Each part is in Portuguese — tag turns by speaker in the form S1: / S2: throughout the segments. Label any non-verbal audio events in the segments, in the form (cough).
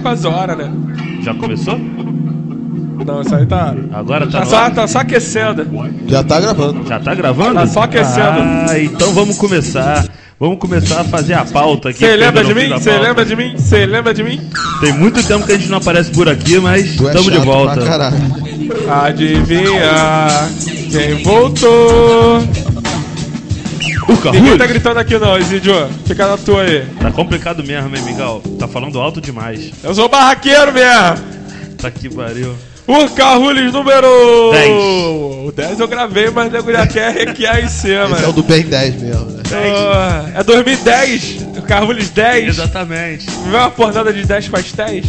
S1: quase hora, né?
S2: Já começou?
S1: Não, isso aí tá.
S2: Agora tá
S1: Tá
S2: no
S1: só,
S2: ar?
S1: tá só aquecendo.
S3: Já tá gravando.
S2: Já tá gravando?
S1: Tá só aquecendo.
S2: Ah, então vamos começar. Vamos começar a fazer a pauta aqui.
S1: Você
S2: porque
S1: lembra
S2: ainda
S1: de mim?
S2: não fiz a
S1: Você
S2: pauta.
S1: lembra de mim? Você lembra de mim?
S2: Tem muito tempo que a gente não aparece por aqui, mas
S3: Tu é
S2: estamos
S3: chato
S2: de volta.
S3: pra caralho.
S2: (laughs)
S1: Adivinha quem voltou?
S2: O Carrulhos?
S1: Ninguém tá gritando aqui não, Isidio. Fica na tua aí.
S2: Tá complicado mesmo, hein, Miguel? Tá falando alto demais.
S1: Eu sou barraqueiro mesmo.
S2: Tá que pariu.
S1: O Carrulhos número...
S2: Dez.
S1: O 10 eu gravei, mas o nego já quer requear em cima.
S3: Esse é o do Ben 10 mesmo, né?
S1: Ah, É 2010. O Carrulhos 10.
S2: Exatamente.
S1: Vê uma pornada de 10 pastéis?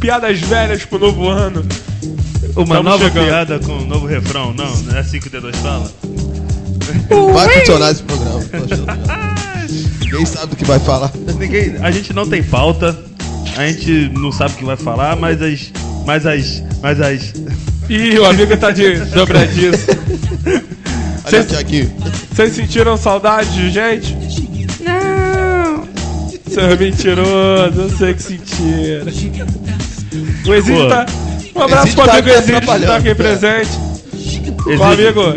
S1: Piadas velhas pro novo ano.
S2: Uma
S1: Estamos
S2: nova
S1: chegando.
S2: piada com um novo refrão. Não, não é assim que o D2 fala.
S3: Vai funcionar esse programa. tô achando. Ninguém sabe do que vai falar.
S2: Ninguém, a gente não tem pauta. A gente não sabe o que vai falar, mas as. Mas as. Mas as.
S1: Ih, o amigo tá
S2: (laughs)
S1: de dobradiço.
S3: Olha
S1: Cês-
S3: aqui, aqui.
S1: Vocês sentiram saudade de gente? Não. Seu mentiroso, eu sei que sentiram. O Exílio
S2: Pô.
S1: tá. Um abraço
S3: Exílio
S1: pro
S3: tá
S1: amigo
S3: aqui
S1: Exílio que tá
S3: atrapalhando,
S1: aqui
S3: é.
S1: presente. O amigo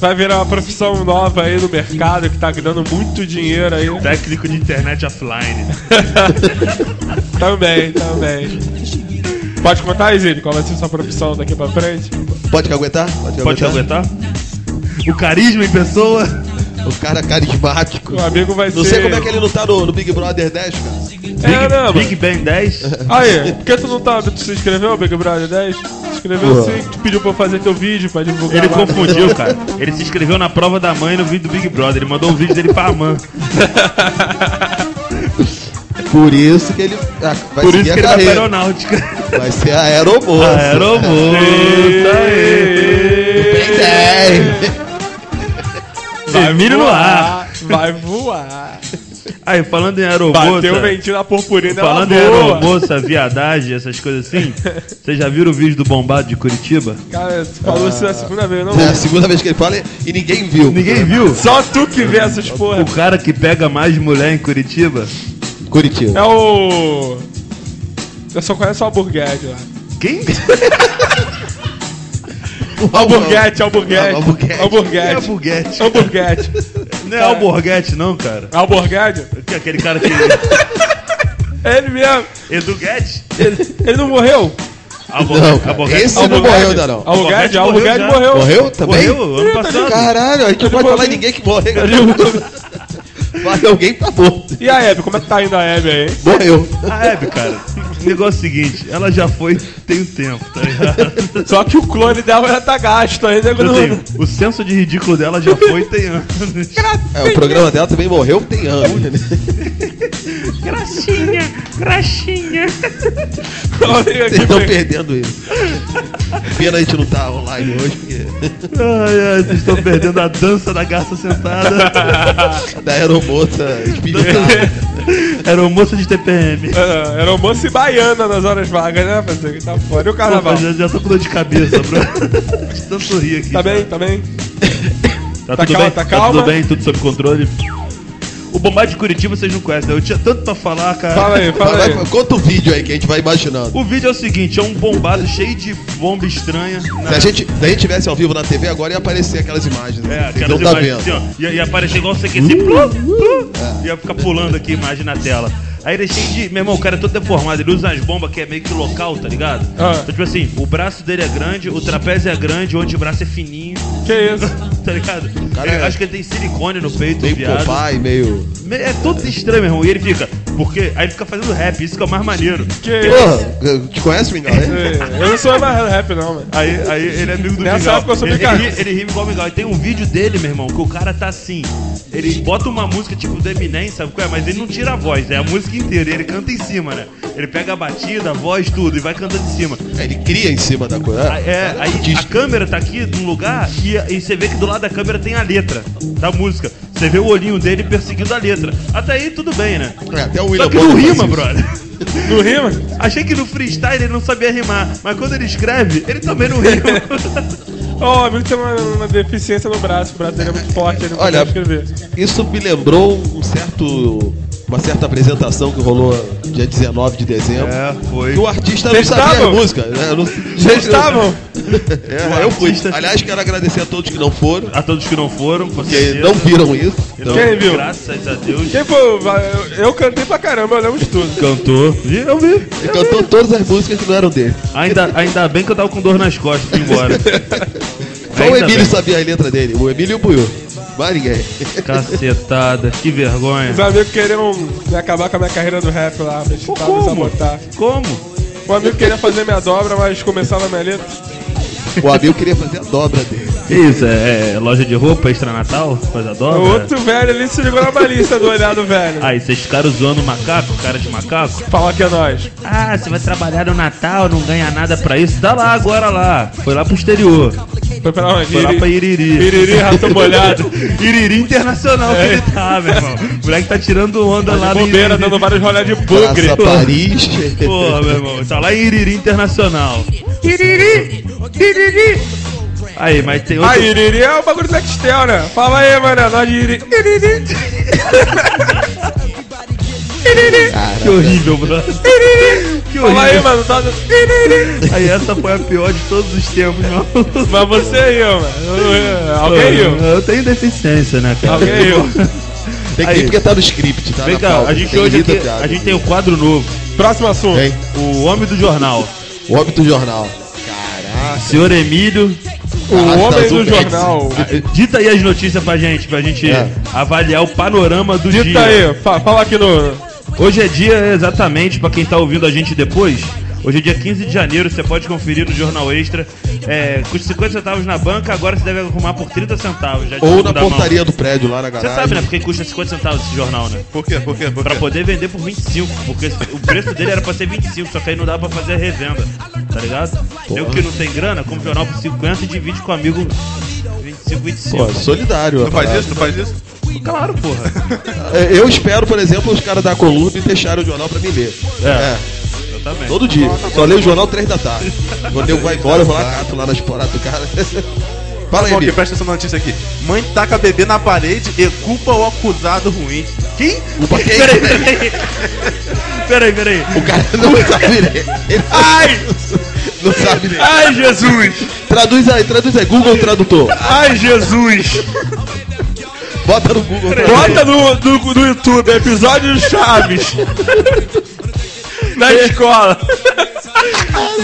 S1: vai virar uma profissão nova aí no mercado que tá dando muito dinheiro aí.
S2: Técnico de
S1: (laughs)
S2: internet offline.
S1: Também, também. Pode contar, Exílio, qual vai ser sua profissão daqui pra frente?
S3: Pode que aguentar? Pode que
S2: Pode aguentar? O carisma em pessoa.
S3: O cara é carismático.
S1: O amigo vai
S3: Não
S1: ser.
S3: sei como é que ele não tá no, no Big Brother 10, cara.
S1: É,
S2: Big,
S1: não,
S2: Big Bang
S1: (laughs)
S2: 10.
S1: Aí, por que tu não tá. Tu se inscreveu, Big Brother 10? Se inscreveu
S3: Pô.
S1: sim, tu pediu pra eu fazer teu vídeo pra divulgar.
S2: Ele
S1: lá.
S2: confundiu, cara. Ele se inscreveu na prova da mãe no vídeo do Big Brother. Ele mandou um vídeo dele pra
S1: (laughs)
S2: mãe.
S3: Por isso que ele ah, vai
S2: Por isso que
S3: seguir
S2: ele vai pra
S3: a carreira.
S2: aeronáutica.
S3: Vai ser a aeromoça.
S2: Aeromoça.
S3: Ben 10.
S2: Emílio é. no ar.
S1: Vai voar.
S2: Aí, falando em aeromoça.
S1: Bateu o ventinho na purpurina, ela
S2: Falando em
S1: voa.
S2: aeromoça, viadagem, essas
S1: (laughs)
S2: coisas assim. Vocês já viram o vídeo do bombado de Curitiba?
S1: Cara, tu falou isso na segunda vez, não?
S3: É a segunda vez que ele fala e ninguém viu.
S2: Ninguém viu?
S1: Só tu que vê essas porra.
S2: O cara que pega mais mulher em Curitiba?
S3: Curitiba.
S1: É o. Eu só conheço o Alburguete lá.
S2: Quem?
S1: Alburguete, Alburguete.
S3: Alburguete.
S2: É
S1: Alburguete.
S2: Alborguete.
S1: Alburguete.
S2: Não é Alborguete, não, cara.
S1: Alburguete?
S2: Que é Aquele cara que.
S1: Ele mesmo.
S2: Edu Guedes?
S1: Ele, ele não morreu.
S2: Alborguete.
S3: Não, cara.
S2: Alborguete.
S3: Esse não tá
S1: Alborguete.
S3: morreu ainda não.
S1: Alburguete,
S2: Alburguete
S1: Alburguete
S2: morreu já.
S1: morreu.
S3: Morreu também?
S2: Morreu ano passado.
S3: Caralho, a gente não
S1: Ele
S3: pode falar
S1: morreu.
S3: em ninguém que morreu. Mas alguém tá morto.
S1: E a Hebe, como é que tá indo a Hebe aí?
S3: Morreu.
S2: A Hebe, cara, o negócio é o seguinte, ela já foi tem um tempo, tá
S3: (laughs)
S2: ligado?
S1: Só que o clone dela ainda tá gasto aí, nego
S2: Eu
S1: não-
S2: tenho, o senso de ridículo dela já foi tem anos.
S3: É, o programa dela também morreu tem anos. né? (laughs)
S2: Graxinha, graxinha.
S1: (laughs) Olha aqui,
S3: Vocês
S1: (laughs)
S3: estão
S1: velho.
S3: perdendo isso. Pena a gente não tá online hoje, porque
S2: Ai, ai, vocês estão perdendo a dança da garça sentada.
S3: da aeromoça espiritual.
S2: Era o moço de TPM.
S1: Ah, Era almoço e baiana nas horas vagas, né, parceiro? Tá fora. E o carnaval?
S2: Pô,
S3: é
S2: já, já tô com dor de cabeça,
S3: (laughs)
S2: bro. De Tanto rir aqui.
S1: Tá
S2: cara.
S1: bem, tá bem?
S2: Tá,
S1: Tá
S2: tudo
S1: calma, tá
S2: bem? Tá,
S1: calma.
S2: tudo bem, tudo sob controle. O Bombay de Curitiba vocês não conhecem, né? eu tinha tanto pra falar, cara.
S1: Fala aí, fala
S3: Vai,
S1: aí.
S3: vai, conta o vídeo aí que a gente vai imaginando.
S2: O vídeo é o seguinte, é um bombado cheio de bomba estranha.
S3: Se a gente, se a gente tivesse ao vivo na TV agora ia aparecer aquelas imagens.
S2: É,
S3: né? Vocês
S2: aquelas
S3: não tá
S2: imagens assim,
S3: vendo.
S2: ó. Ia, ia aparecer igual você que assim, plu, plu, ia ficar pulando aqui a imagem na tela. Aí ele é cheio de. Meu irmão, o cara é todo deformado, ele usa as bombas que é meio que local, tá ligado?
S1: Ah.
S2: Então, tipo assim, o braço dele é grande, o trapézio é grande, o antebraço é fininho,
S1: Que isso?
S2: (laughs) tá ligado?
S3: Cara,
S2: Ele-
S3: é-
S2: acho que ele tem silicone no peito,
S3: Meio
S2: viado.
S3: Popeye, meio.
S2: Me- É todo estranho, meu irmão. E ele fica, porque. Aí ele fica fazendo rap, isso que é o mais maneiro.
S1: Que isso?
S3: Porra, te conhece, Mingau? né?
S1: Eu não sou mais rap, não, mano.
S2: Aí, aí ele é amigo do
S1: Nessa
S2: Miguel.
S1: época eu sou
S2: ele, ele,
S1: Miguel.
S2: ri- ele rima igual o Miguel. E tem um vídeo dele, meu irmão, que o cara tá assim. Ele bota uma música tipo do Eminem, sabe qual é? Mas ele não tira a voz, é a música inteira. E ele canta em cima, né? Ele pega a batida, a voz, tudo, e vai cantando em cima.
S3: É, Ele cria em cima da coisa.
S2: Aí, é, aí a
S3: Diz-
S2: câmera tá aqui num lugar e, e você vê que do lado da câmera tem a letra da música. Você vê o olhinho dele perseguindo a letra. Até aí tudo bem, né?
S3: É, até o
S2: Só
S3: William
S2: que não
S3: Bonner faz
S2: rima,
S3: isso.
S2: brother.
S1: Não rima?
S2: Achei que no freestyle ele não sabia rimar, mas quando ele escreve, ele também não rima.
S1: Ó, o amigo tem uma, uma deficiência no braço, o braço dele é muito forte, ele não
S3: Olha,
S1: consegue escrever.
S3: Isso me lembrou um certo uma certa apresentação que rolou dia 19 de dezembro.
S2: É, foi.
S3: E o artista
S1: Vocês
S3: não sabia
S1: estavam?
S3: a música. né? Eu não-
S1: Vocês estavam?
S3: É, eu fui. Aliás, quero agradecer a todos que não foram,
S2: A todos que não foram, com
S3: que
S2: certeza.
S3: não viram isso. Então,
S1: Quem viu?
S2: Graças a Deus.
S1: Quem foi? Eu- Eu cantei pra caramba, eu lembro de tudo.
S2: Cantou. Ih, Eu vi.
S3: ele cantou todas as músicas que não eram dele.
S2: Ainda, ainda bem que eu tava com dor nas costas, fui embora.
S3: Só o
S2: Ainda
S3: Emílio
S2: bem.
S3: sabia a letra dele. O Emílio e o Buiu. Mais ninguém.
S2: Cacetada, que vergonha.
S1: Os amigos queriam me acabar com a minha carreira do rap lá, me chutar, me
S2: como?
S1: sabotar.
S2: Como?
S1: Um amigo queria fazer minha dobra, mas começava a minha letra.
S3: O Abel queria fazer a dobra dele.
S2: Isso, é, é loja de roupa, extra natal, faz a dobra.
S1: O É outro velho ali se ligou na malícia do olhar do velho.
S2: Aí, vocês ficaram zoando o macaco, cara de macaco?
S1: Fala que é nós.
S2: Ah, você vai trabalhar no Natal, não ganha nada pra isso. Dá lá agora lá. Foi lá pro exterior.
S1: Foi pra onde?
S2: Foi lá pra Iriri.
S1: Piriri, rato molhado.
S2: Iriri internacional que ele tá, meu irmão. O moleque tá tirando onda (laughs) lá no
S1: Bombeira
S2: Iriri.
S1: dando vários rolé de
S3: Praça
S1: bugre.
S3: Paris.
S2: Porra, meu irmão, tá lá em Iriri Internacional. Iriri! Iriri! Aí, mas tem outro.
S1: Ah, Iriri é o bagulho do Nextel, né? Fala aí, mano, nós de Iriri. Iriri. Iriri.
S2: que horrível, mano. Que
S1: Fala aí,
S2: horrível.
S1: mano, tá... Iriri.
S2: Aí essa foi a pior de todos os tempos, meu irmão.
S1: Mas você riu, mano. Alguém riu.
S2: Eu tenho deficiência, né, cara?
S1: Alguém riu.
S3: Tem que
S2: Aí.
S3: ir porque tá no script, tá?
S2: Vem
S3: na
S2: cá,
S3: pauta.
S2: a gente
S3: Tem
S2: hoje
S3: Rita,
S2: aqui,
S3: Thiago.
S2: a gente tem o quadro novo,
S1: Próximo assunto.
S3: Tem.
S2: o Homem do Jornal.
S3: O Homem do Jornal. Caraca.
S2: Senhor Emílio,
S1: O
S3: Arrasta
S1: homem do
S3: azul, Rex.
S1: jornal.
S2: dita aí as notícias pra gente, pra gente
S3: É.
S2: avaliar o panorama do
S1: Dita
S2: dia.
S1: aí, fa- fala aqui no.
S2: Hoje é dia exatamente, pra quem tá ouvindo a gente depois. Hoje é dia 15 de janeiro, você pode conferir no Jornal Extra. É, com 50 centavos na banca, agora você deve arrumar por 30 centavos. Já de
S3: (laughs) Ou
S2: segunda
S3: na
S2: mão.
S3: portaria do prédio, lá na
S2: Você
S3: garagem.
S2: sabe, né? Porque custa 50 centavos esse jornal, né?
S3: Por quê? Por quê? Por
S2: Pra
S3: quê?
S2: poder vender por 25, porque o preço dele era pra ser 25, só que aí não dava pra fazer a revenda, tá ligado? Eu que não tem grana, compra o jornal por 50 e divide com o amigo 25, 25.
S3: Pô, solidário.
S4: Não faz
S3: rapaz.
S4: isso, não faz isso.
S2: Claro, porra.
S3: É, Eu espero, por exemplo, os caras da Coluna deixarem o jornal pra mim ler.
S2: É. Eu também.
S3: Todo dia. Só leio o jornal três da tarde. Quando eu vou embora, eu vou lá cato lá nas paradas do cara. (laughs) Fala aí,
S4: Bom, aqui,
S3: Emílio.
S4: presta atenção na notícia aqui. Mãe taca bebê na parede e culpa o acusado ruim. Quem?
S3: Opa, que é
S2: Peraí,
S3: isso, velho?
S2: peraí. Peraí, peraí.
S3: O cara (laughs) não sabe ler. Ele
S2: Ai!
S3: não sabe ler.
S2: Ai, Jesus!
S3: Traduz aí, traduz aí. Google Tradutor.
S2: Ai, Jesus!
S3: Bota no Google Tradutor.
S1: Bota no, no, no YouTube, episódio do Chaves. Na (laughs) escola.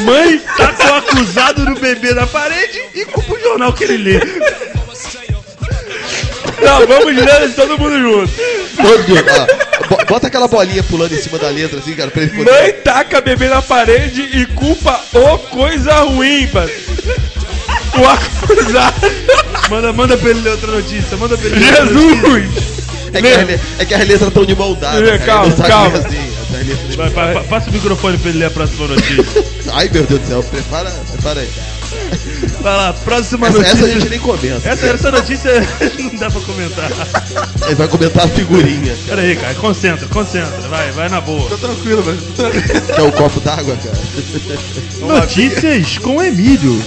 S2: Mãe tá com o acusado do bebê na parede e culpa o jornal que ele lê.
S1: Não, vamos ler todo mundo junto.
S3: Todo dia. Ah, bo- Bota aquela bolinha pulando em cima da letra, assim, cara, pra ele poder.
S1: Mãe taca bebê na parede e culpa o coisa ruim, mano. O acusado.
S2: Manda, manda pra ele ler outra notícia, manda pra ele ler outra
S1: Jesus!
S3: É que, as le- é que as letras estão de maldade.
S1: Lê, calma, calma.
S3: assim,
S2: Vai, vai, vai, passa o microfone pra ele ler a próxima notícia.
S3: Ai, meu Deus do céu, prepara, prepara aí.
S2: Vai lá, próxima
S3: Essa, essa a
S2: notícia.
S3: gente nem comenta.
S2: Essa, essa notícia (laughs) não dá pra comentar.
S3: Ele vai comentar a figurinha.
S2: Pera aí, cara, concentra, concentra, vai, vai na boa.
S4: Tô tranquilo, mano.
S3: Que é o copo d'água, cara.
S2: Notícias com Emílio.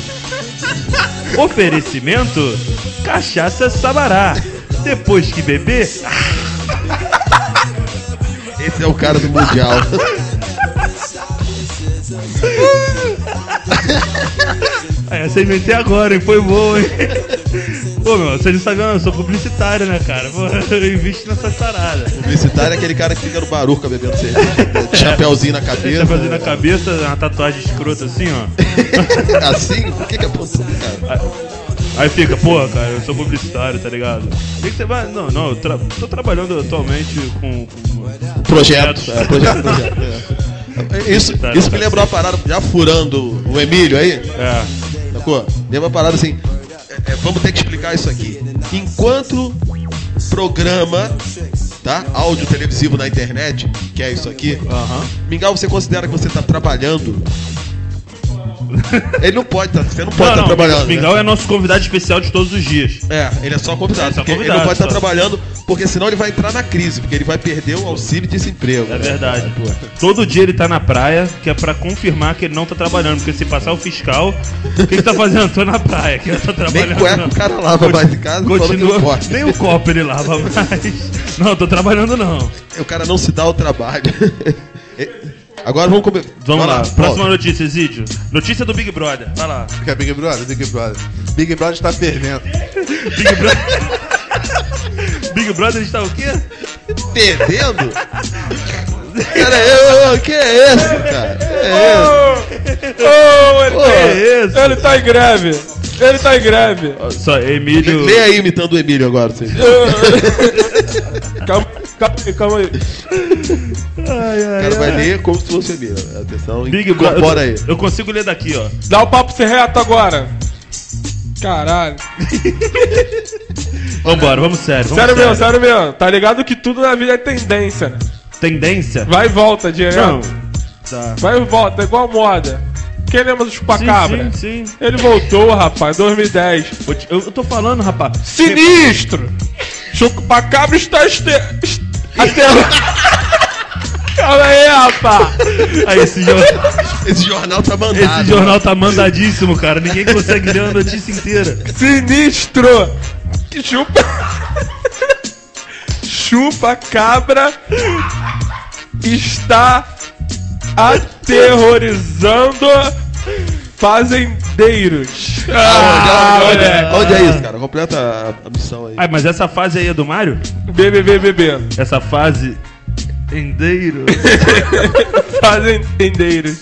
S2: Oferecimento: Cachaça Sabará. Depois que beber, (laughs)
S3: Esse é o cara do Mundial.
S2: Ah, Essa eu inventei agora, hein? Foi boa, hein? (laughs) Pô, meu, vocês não sabem, eu sou publicitário, né, cara? Pô, (laughs) eu invisto nessa sarada.
S3: Publicitário é aquele cara que fica no baruca bebendo cerveja. Chapeuzinho na
S2: Ele tá
S3: cabeça.
S2: fazendo a cabeça, uma tatuagem escrota assim, ó.
S3: Assim? Por que que é possível, cara?
S2: Aí fica, pô, cara, eu sou publicitário, tá ligado? O que que você vai. Não, não, eu tra- tô trabalhando atualmente com. com-
S3: Projeto. É, projeto, projeto. é. Isso, isso me lembrou uma parada, já furando o Emílio aí.
S2: É.
S3: Sacou? Lembra uma parada assim. é, é, vamos ter que explicar isso aqui. Enquanto programa, tá? Áudio televisivo na internet, que é isso aqui.
S2: Aham.
S3: Mingau, você considera que você tá trabalhando? Ele não pode, tá, você não pode estar
S2: não,
S3: trabalhando.
S2: O
S3: né?
S2: Mingau é nosso convidado especial de todos os dias.
S3: É, ele é só convidado.
S2: É, só
S3: porque ele
S2: convidado,
S3: não pode estar
S2: só.
S3: trabalhando, porque senão ele vai entrar na crise, porque ele vai perder o auxílio desemprego.
S2: É verdade. Todo dia ele tá na praia, que é pra confirmar que ele não tá trabalhando. Porque se passar o fiscal, o que ele tá fazendo? Tô na praia, que ele tá trabalhando.
S3: Nem cueca
S2: não.
S3: o cara lava mais em casa, falando que
S2: Continua.
S3: não pode.
S2: Nem o copo ele lava mais. Não, tô trabalhando não.
S3: O cara não se dá o trabalho. (laughs) Agora vamos comer.
S2: Vamos
S3: Vai
S2: lá.
S3: volta.
S2: Próxima notícia, Exídio. Notícia do Big Brother. Vai lá.
S4: Que é Big Brother? Big Brother. Big Brother tá fervendo.
S2: Big Brother. (laughs) Big Brother está o quê?
S3: perdendo? (laughs) cara, eu, eu- que é isso, cara? Que é isso?
S1: Ô, Oh, ele,
S2: é isso?
S1: tá, ele tá em greve. Ele tá em greve.
S2: Só Emílio.
S3: Lê aí imitando o Emílio agora, vocês. O
S1: calma, calma aí, calma aí.
S3: cara vai ler como se fosse o Emílio. Atenção,
S2: Big Brother.
S3: incorpora aí.
S2: Eu consigo ler daqui, ó.
S1: Dá o papo ser reto agora. Caralho.
S2: Vambora, vamos sério. Vamos
S1: Sério mesmo, sério mesmo. Tá ligado que tudo na vida é tendência. né?
S2: Tendência?
S1: Vai e volta, direto.
S2: Não. Tá.
S1: Vai e volta, é igual moda. Quem lembra do Chupacabra?
S2: Sim, sim, sim.
S1: Ele voltou, rapaz, 2010.
S2: Eu, te- eu- eu tô falando, rapaz.
S1: Sinistro! Chupacabra está este... est- até- Calma aí, rapaz!
S2: (laughs) Aí, esse, jor-
S3: Esse jornal tá mandado.
S2: esse jornal tá mandadíssimo, cara. Ninguém consegue ler a notícia inteira.
S1: Sinistro! Que chupa... Chupacabra está aterrorizando fazendeiros.
S3: Ah, onde, é-
S1: moleque.
S3: onde é isso, cara? Completa a, a missão aí.
S2: Ai, mas essa fase aí é do Mário?
S1: BBB, BBB.
S2: Essa fase. Endeiro.
S1: Fazendeiros.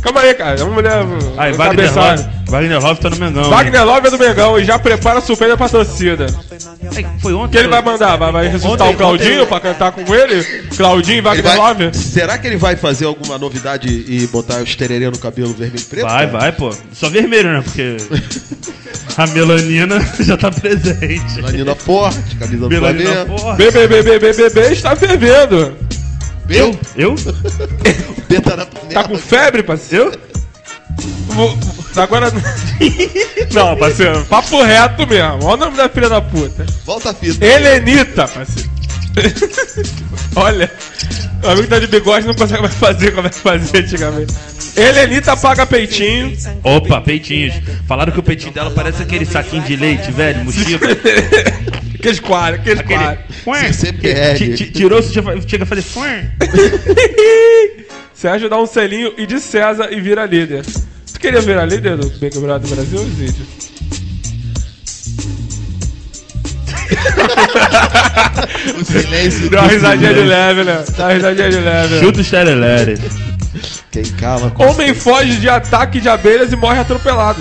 S1: Calma aí, cara. Uma mulher.
S2: Ai,
S1: um
S2: Wagner
S1: cabeçalho.
S2: Love. Wagner Love tá no Mengão.
S1: Wagner Love é do Mengão e já prepara a surpresa pra torcida.
S2: hein? Ai, foi ontem. né?
S1: Que ele
S2: foi-
S1: vai mandar? Vai, vai ressuscitar
S2: Ontem-
S1: o Claudinho pra cantar com ele? Claudinho e
S3: Ele
S1: Wagner
S3: vai-
S1: Love?
S3: será que ele vai fazer alguma novidade e botar os tererê no cabelo vermelho e preto?
S2: Vai,
S3: cara?
S2: vai, pô. Só vermelho, né? Porque. (laughs) A melanina (laughs) já tá presente.
S3: Melanina forte, camisa do
S2: (laughs) Melanina
S3: Flamengo.
S2: porra.
S1: BBB, BBB está fervendo.
S3: Eu?
S2: Eu?
S3: Beta na
S1: Tá com febre, parceiro? Vou- Agora. (laughs) Não, parceiro. Papo reto mesmo. Olha o nome da filha da puta.
S3: Volta a fita.
S1: é Helenita, parceiro. (laughs) Olha, o amigo que tá de bigode não consegue mais fazer como é que fazia antigamente. Helenita paga peitinho.
S2: Opa, peitinhos. Falaram que o peitinho dela parece aquele saquinho de leite, velho, mochila.
S1: Aqueles quadros, aqueles quadros. (laughs)
S2: Aquele.
S3: CPR.
S2: Ti- ti- Tirou, você já fa- chega a fazer. fué.
S1: Sérgio dá um selinho e de César e vira líder. Tu queria virar líder do Big Brother Brasil, Zidio?
S3: O silêncio.
S1: Deu uma risadinha de leve, né? Dá uma risadinha de leve. né?
S2: Chuta os terelere.
S3: Quem cala com
S1: Homem foge de ataque de abelhas e morre atropelado.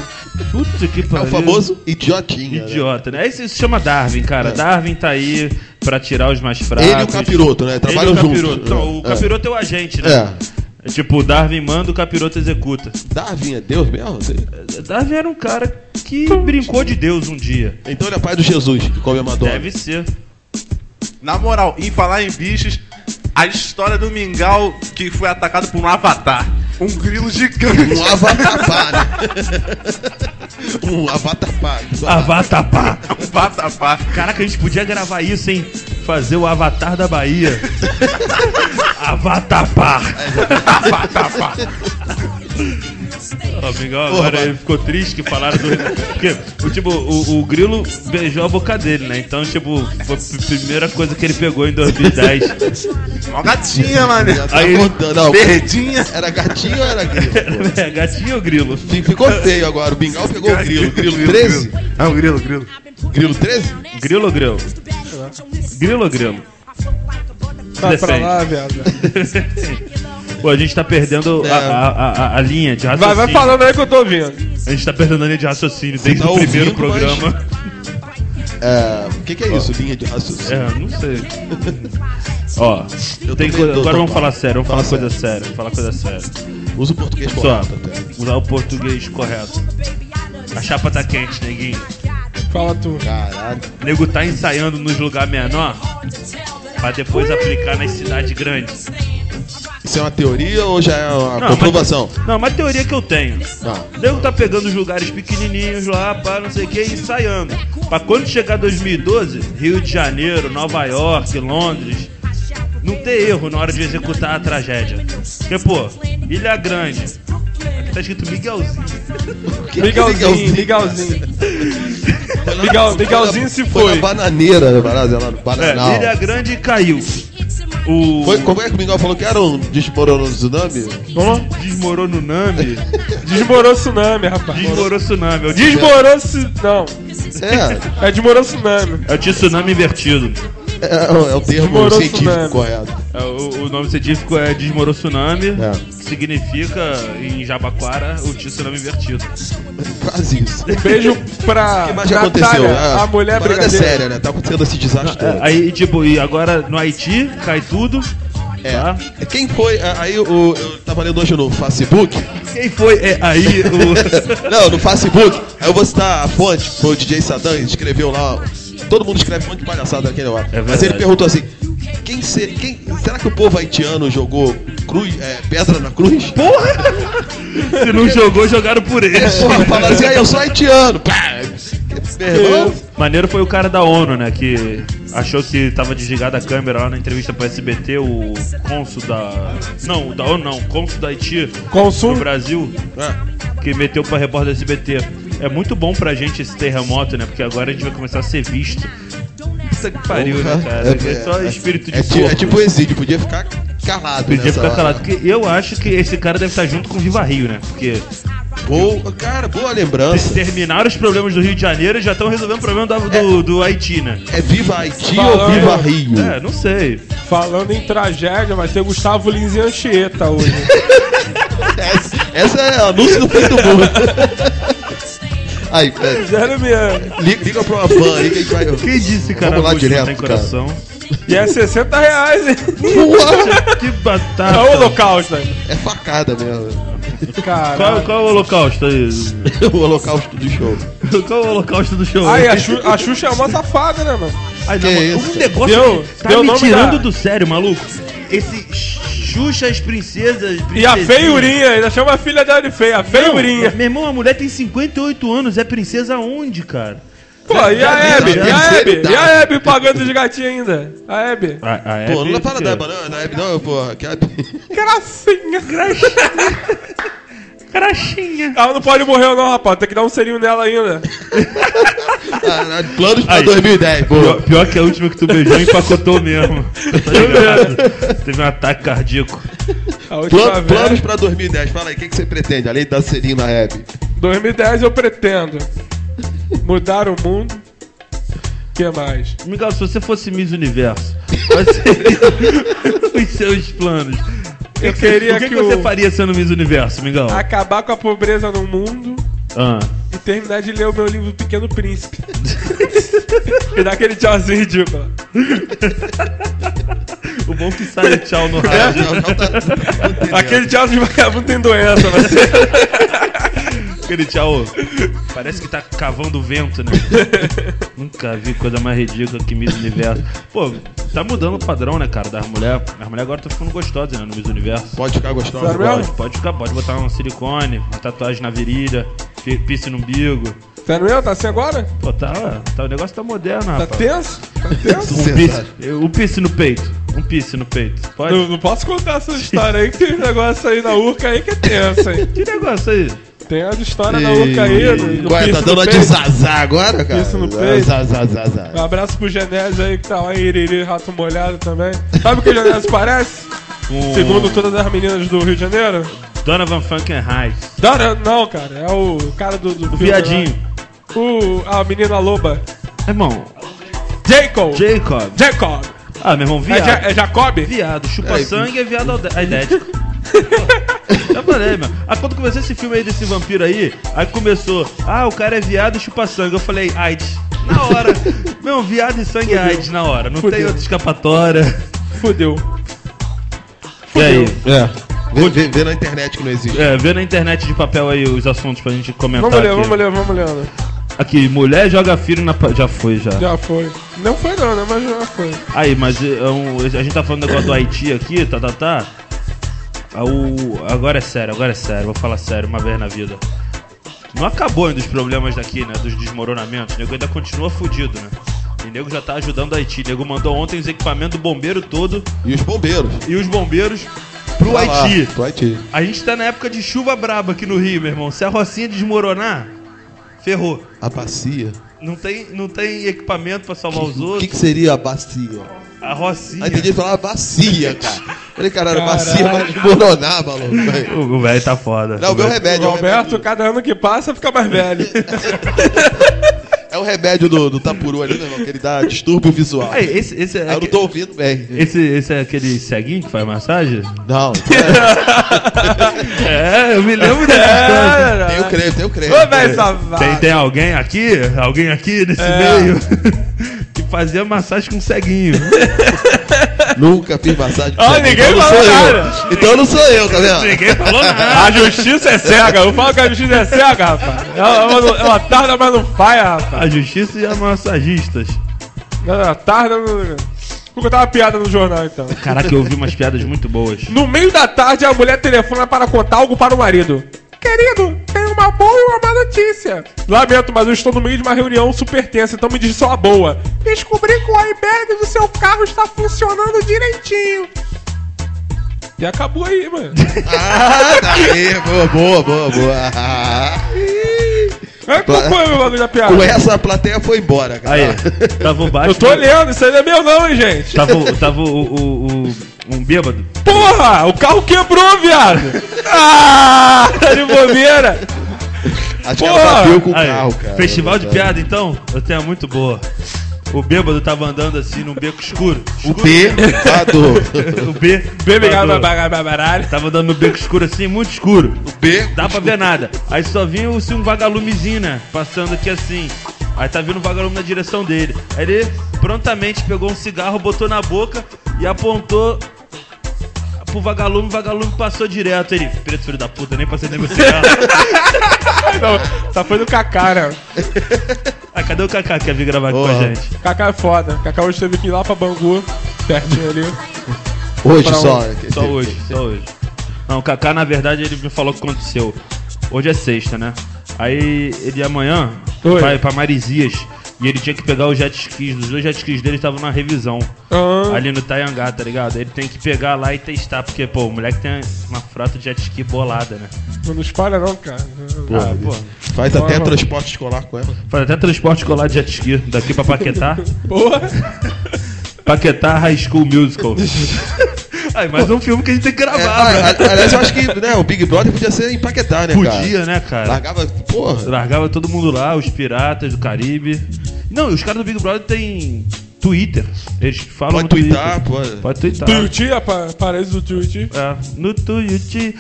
S2: Puta que
S3: É
S2: pariu.
S3: o famoso idiotinha. né?
S2: Idiota, né? Isso, isso chama Darwin, cara. Darwin tá aí pra tirar os mais fracos.
S3: Ele e o capiroto, né?
S2: Ele e
S3: Trabalham
S2: o
S3: juntos.
S2: capiroto. Então, o
S3: É.
S2: capiroto é o agente, né?
S3: É.
S2: É Tipo, o Darwin manda, o capiroto executa.
S3: Darwin é Deus mesmo? Você-
S2: Darwin era um cara que brincou de Deus um dia.
S3: Então ele é pai do Jesus, que come a Madonna.
S2: Deve ser.
S4: Na moral, em falar em bichos, a história do mingau que foi atacado por um avatar. Um grilo gigante.
S3: Um avatar
S2: (laughs)
S3: pago. um avatar pago.
S2: Ah, Avatar, pá.
S4: (laughs) Um vatapá.
S2: Caraca, a gente podia gravar isso, hein? Fazer o Avatar da Bahia.
S1: (laughs)
S2: Avatar, pá.
S4: Vatapá.
S2: Ó, Miguel, agora ele ficou triste que falaram do. Porque, o, tipo, o, o Grilo beijou a boca dele, né? Então, tipo, foi a primeira coisa que ele pegou em 2010.
S4: Uma gatinha, mano.
S3: Já tá
S2: Aí-
S3: contando.
S4: (laughs)
S3: Não,
S4: Verdinha.
S3: era gatinho ou era grilo?
S2: É, (laughs) gatinho ou grilo?
S3: Sim, Ficou feio agora. O Bingau pegou o grilo. Grilo 13?
S4: grilo. É um grilo, grilo.
S3: Grilo 13?
S2: Grilo ou grilo? Grilo ou grilo? (laughs)
S1: Vai pra
S2: Defende.
S1: lá, viado.
S2: Pô, a gente tá perdendo a, a, a- a linha de
S1: Vai,
S2: raciocínio.
S1: vai falando aí que eu tô ouvindo.
S2: A gente tá perdendo a linha de raciocínio desde
S3: Tá
S2: o primeiro
S3: ouvindo, mas-
S2: programa.
S3: É. O que, que é isso? Linha de raciocínio.
S2: É, não sei. Ó,
S3: Eu
S2: É, tem
S3: também
S2: coisa-
S3: dou
S2: agora vamos
S3: total.
S2: falar sério, vamos
S3: Fala
S2: falar coisa séria, vamos falar coisa séria.
S3: Usa o português
S2: Só,
S3: correto até.
S2: usar o português correto. A chapa tá quente, neguinho.
S1: Fala tu.
S3: Caraca.
S2: O nego tá ensaiando nos lugares menor pra depois aplicar nas cidades grandes.
S3: Isso é uma teoria ou já é uma
S2: Não,
S3: comprovação?
S2: Mas, não, mas teoria que eu tenho.
S3: Tá.
S2: O nego tá pegando os lugares pequenininhos lá, pá, não sei o que, e ensaiando. Pra quando chegar 2012, Rio de Janeiro, Nova York, Londres, não ter erro na hora de executar a tragédia. Porque, pô, Ilha Grande. Aqui tá escrito Miguelzinho.
S1: Miguelzinho, Miguelzinho. Miguel- Miguelzinho se
S3: Foi
S1: foi.
S3: na bananeira, né, parada, lá no
S2: É,
S3: Bananal.
S2: Ilha Grande caiu. O
S3: Foi, como é que o Miguel falou que era um desmoronou no tsunami?
S2: desmorou no
S3: (laughs)
S2: Nami,
S1: Desmorou tsunami, rapaz.
S2: desmorou tsunami. Eu disse-
S1: Desmorou se. Não.
S3: É,
S1: É desmorou tsunami.
S2: Eu tinha tsunami invertido.
S3: é, o- é o termo
S1: Desmoronou
S3: científico
S1: tsunami.
S3: correto.
S2: É, O, o nome científico é Desmorou Tsunami,
S3: É.
S2: que significa em Jabaquara o tsunami invertido. (laughs)
S3: Faz isso. O
S1: Beijo pra.
S3: (laughs) que mais já aconteceu?
S1: Natália,
S3: É,
S1: a mulher
S3: parada é
S1: brigadeira.
S3: séria, né? Tá acontecendo esse desastre todo.
S2: É, aí, tipo, e agora no Haiti cai tudo. Tá?
S3: É. Quem foi? a- Aí o, eu tava lendo hoje no Facebook.
S2: Quem foi? É, aí o. (laughs)
S3: (laughs) Não, no Facebook. Aí eu vou citar a fonte. Foi o DJ Satã, ele escreveu lá. Todo mundo escreve um monte de palhaçada naquele hora.
S2: É
S3: Mas ele
S2: verdade.
S3: perguntou assim: quem, se- quem- será que o povo haitiano jogou cruz, é, pedra na cruz?
S2: Se não jogou, jogaram por ele.
S3: Porra, falaram assim, aí eu sou haitiano. Pá! Meu irmão,
S2: Maneiro foi o cara da ONU, né? Que achou que tava desligada a câmera lá na entrevista pro SBT, o cônsul da. Não, da ONU não, o cônsul da Haiti.
S1: Cônsul?
S2: No Brasil.
S3: né?
S2: Que meteu pra repórter do SBT. É muito bom pra gente esse terremoto, né? Porque agora a gente vai começar a ser visto. Puta que pariu, né, cara? É só espírito de
S3: é, ti-
S2: porco.
S3: é tipo o exílio, podia ficar calado.
S2: Podia
S3: nessa
S2: ficar
S3: hora.
S2: calado. Porque eu acho que esse cara deve estar junto com o Viva Rio, né? Porque
S3: Boa, cara, boa lembrança.
S2: terminaram os problemas do Rio de Janeiro e já estão resolvendo o problema da- do, do Haiti, né?
S3: É Viva Haiti ou
S1: Falando-
S3: Viva Rio?
S2: É, não sei.
S1: Falando em tragédia, vai ter Gustavo Lins e Anchieta hoje.
S3: (laughs) Essa, essa é anúncio
S2: (laughs)
S3: do Facebook. aí, é,
S1: Sério mesmo.
S3: li- liga pra uma van aí que a gente vai.
S2: Quem disse, cara?
S3: Vamos lá
S2: Augusto
S3: direto,
S2: não tem (laughs)
S3: cara.
S2: coração.
S1: E é 60 reais, hein?
S3: Porra,
S2: Que
S1: É
S2: batata.
S1: o holocausto. né?
S3: é facada mesmo.
S1: Caralho.
S2: Qual, qual é o holocausto aí?
S3: o holocausto do show.
S2: Qual é o holocausto do show?
S1: Ai, a Xu- a Xuxa é uma safada, né, mano?
S2: Ai,
S3: que
S2: não,
S3: é
S2: um
S3: isso?
S2: negócio
S1: Deu-
S2: que tá
S1: deu o
S2: me
S1: nome
S2: tirando
S1: da-
S2: do sério, maluco. Esse Xuxas, princesas,
S1: E a
S2: princesinhas.
S1: feiurinha, ainda chama a filha dela de feia, a
S2: Não,
S1: feiurinha.
S2: Meu irmão, a mulher tem 58 anos, é princesa onde, cara?
S1: Pô, e a
S3: já-
S1: Hebe,
S3: já-
S1: e a
S3: já-
S1: Hebe,
S3: já-
S1: e a Hebe pagando os gatinhos ainda. A Hebe.
S3: Pô, não dá para dar banana, não, é- não, porra. Que é-
S1: Gracinha, gracinha.
S2: Craxinha.
S1: Ela não pode morrer não, rapaz, tem que dar um selinho nela ainda.
S3: (laughs) Ah, Planos pra
S2: Aí.
S3: 2010,
S2: Pior,
S3: pô.
S2: pior que a última que tu beijou empacotou mesmo. Tá ligado? Teve um ataque cardíaco.
S1: A última
S3: Plano-
S1: vez,
S3: planos pra 2010, fala aí, o que, que você pretende? Além de dar serinho na rap.
S1: 2010 eu pretendo mudar o mundo. O que mais?
S2: Miguel, se você fosse Miss Universo,
S1: (laughs)
S2: quais seriam os seus planos?
S1: Eu queria
S2: o que,
S1: que
S2: você
S1: o-
S2: faria sendo Miss Universo, Miguel?
S1: Acabar com a pobreza no mundo
S2: Ah.
S1: e terminar de ler o meu livro Pequeno
S2: (laughs)
S1: Príncipe. e dar aquele tchauzinho ridículo.
S2: O bom é que sai o tchau no
S3: É,
S2: rádio.
S3: não, não tá- não entendeu.
S1: Aquele tchauzinho vagabundo tem doença, mas... É?
S2: Aquele tchau. Parece que tá cavando o vento, né? Nunca vi coisa mais ridícula que Miss Universo. Pô, tá mudando o padrão, né, cara, das mulheres. As mulheres agora estão ficando gostosas, né, no Miss Universo.
S3: Pode ficar gostoso.
S1: Sério mesmo?
S2: Pode, pode ficar, pode botar um silicone, uma tatuagem na virilha, fi- piercing no umbigo.
S1: Sério mesmo? Tá assim agora?
S2: Pô, tá, tá, o negócio tá moderno,
S1: Tá
S2: rapaz.
S1: tenso? Tá tenso?
S2: Um
S3: Sensato.
S2: piercing, um piercing no peito. Um piercing no peito. Pode?
S1: Não, não posso contar essa história aí, que tem um negócio aí na urca aí que é tenso, hein?
S2: Que negócio aí?
S1: Tem as histórias na urca Tá aí, no, no
S3: Ué, tá
S1: piso
S3: dando
S1: do
S3: uma de
S1: peito.
S3: zazá agora, cara?
S1: Isso no peito.
S3: Zazá, zazá.
S1: Um abraço pro Genésio aí que tá lá em Iriri, rato molhado também. Sabe o que o Genésio parece?
S2: Um...
S1: Segundo todas as meninas do Rio de Janeiro?
S2: Donovan Funkenheim.
S1: Não, não, cara, é o cara do. do filme, né?
S2: O um viadinho.
S1: O, a menina loba.
S2: Irmão,
S1: Jacob!
S2: Jacob.
S1: Jacob!
S2: Ah, meu irmão, viado.
S1: É, ja é Jacob?
S2: Viado, chupa
S3: Aí,
S2: sangue é viado aide-
S1: (laughs)
S2: aidético. Pô, Já falei, mano. Aí quando começou esse filme aí desse vampiro aí, aí começou, ah, o cara é viado e chupa sangue. Eu falei, AIDS. Na
S1: (laughs)
S2: hora. Meu, viado e sangue é AIDS na hora. Não tem
S1: Fudeu.
S2: outra escapatória.
S1: Fudeu.
S2: E aí?
S3: É. Vê, vê- vê na internet que não existe.
S2: É, vê na internet de papel aí os assuntos pra gente comentar.
S1: Vamos
S3: tá
S1: ler,
S2: aqui.
S1: vamos ler, vamos ler. né?
S2: Aqui, mulher joga filho na. pa- Já foi, já.
S1: Já foi. Não foi não, né? Mas já foi.
S2: Aí, mas é um- a gente tá falando do negócio do Haiti aqui, tá, tá, tá. Ah, o- Agora é sério, agora é sério, vou falar sério uma vez na vida. Não acabou ainda os problemas daqui, né? Dos desmoronamentos. O nego ainda continua fudido, né? E o nego já tá ajudando o Haiti. O nego mandou ontem os equipamentos do bombeiro todo
S3: E os bombeiros.
S2: e os bombeiros pro
S3: Tá lá,
S2: Haiti.
S3: Pro Haiti.
S2: A gente tá na época de chuva braba aqui no Rio, meu irmão. Se a Rocinha desmoronar, ferrou.
S3: A bacia.
S2: Não tem, não tem equipamento pra salvar os
S3: (laughs) O que,
S2: outros.
S3: que seria a bacia?
S2: A Rocinha.
S3: Aí tem gente que falava bacia, cara. Falei, caralho, bacia vai
S1: Caralho.
S3: desmoronar, maluco. velho.
S2: O o velho tá foda.
S3: Não, o meu remédio. é o
S1: Roberto,
S3: remédio-
S1: cada ano que passa, fica mais
S3: (laughs)
S1: velho.
S3: É o remédio do, do Tapuru ali, né, irmão? Que ele dá distúrbio visual.
S2: Aí, esse, esse é
S3: Aí eu não
S2: aque-
S3: tô ouvindo bem.
S2: esse, esse é aquele ceguinho que faz massagem?
S3: Não,
S2: É, eu me lembro dessa coisa.
S1: É,
S3: tem o creme, tem o creme.
S1: Ô, velho safado.
S2: Tem, tem alguém aqui, alguém aqui nesse
S1: É.
S2: meio (laughs) que fazia massagem com ceguinho.
S3: Nunca fiz massagem. com
S1: Ah,
S3: creme,
S1: ninguém
S3: então não
S1: falou
S3: sou
S1: nada.
S3: eu. Então não sou eu, tá vendo?
S2: Ninguém falou nada.
S1: A justiça é cega. Eu falo que a justiça é cega, rapaz. Ela, ela, não- ela é tarda, mas não falha, rapaz.
S2: A justiça e as massagistas.
S1: Ela tarda, não... Vou contar uma piada no jornal, então.
S2: Caraca, eu ouvi umas piadas muito boas.
S1: No meio da tarde, a mulher telefona para contar algo para o marido. Querido, tem uma boa e uma má notícia. Lamento, mas eu estou no meio de uma reunião super tensa, então me diz só a boa. Descobri que o airbag do seu carro está funcionando direitinho. E acabou aí, mano.
S3: Ah, tá aí. Boa, boa, boa, boa. Ah,
S1: É, qual foi meu bagulho da piada?
S3: Com essa a plateia foi embora, cara.
S2: Aí, tava o
S1: eu
S2: Batman.
S1: tô olhando, isso aí não é meu não, hein, gente.
S2: Tava, o- tava o, o- o- um bêbado.
S1: Porra, o carro quebrou, viado. Ah, tá de bobeira.
S3: Acho que ela
S1: Porra!
S3: bateu com o
S2: Aí,
S3: carro, cara.
S2: Festival de piada, então? Eu tenho a muito boa. O bêbado tava andando assim num beco escuro.
S3: O
S2: (laughs)
S3: P, do.
S2: O B.
S1: Bebe,
S2: tava-
S1: baralho.
S2: Tava andando no beco escuro assim, muito escuro.
S3: B.
S2: Dá pra ver nada. Aí só vinha assim, um vagalumezinho, né? Passando aqui assim. Aí tá vindo um vagalume na direção dele. Aí ele prontamente pegou um cigarro, botou na boca e apontou pro vagalume. O vagalume passou direto. Ele, preto filho da puta, nem passei nem meu cigarro.
S1: Não, só foi do Kaká, né?
S2: ah, cadê o Kaká que ia vir gravar aqui
S3: Porra.
S2: com a gente?
S1: Kaká é foda. Kaká hoje teve que ir lá pra Bangu, pertinho ali.
S3: Hoje
S1: Pra
S3: só.
S2: Só hoje, só hoje. Não, o Kaká, na verdade, ele me falou o que aconteceu. Hoje é sexta, né? Aí ele amanhã
S1: Oi.
S2: vai pra Marizias e ele tinha que pegar os jet skis. Os dois jet skis dele estavam na revisão.
S1: Ah,
S2: Ali no Taiangá, tá ligado? Ele tem que pegar lá e testar, porque, pô, o moleque tem uma frota de jet ski bolada, né?
S1: não espalha não, cara.
S2: Ah, pô.
S3: Faz até
S1: Porra.
S3: transporte escolar com ela.
S2: Faz até transporte colar de jet ski daqui pra
S3: (laughs)
S2: Paquetá.
S1: Porra.
S2: Paquetá High School
S3: (laughs)
S2: Musical. Aí, mais um filme que a gente tem que
S3: É,
S2: gravar,
S3: ah,
S2: velho.
S3: a- aliás, eu acho que né, o Big Brother podia ser empaquetar, né, cara?
S2: Podia, né, cara?
S3: Largava, porra.
S2: Largava todo mundo lá, os piratas do Caribe. Não, e os caras do Big Brother têm Twitter. Eles falam
S3: Pode
S2: no Twitter.
S3: twittar, pode.
S2: Pode twittar.
S1: Tuiuti, a pa- parede do Tuiuti.
S2: É, no é Twitter.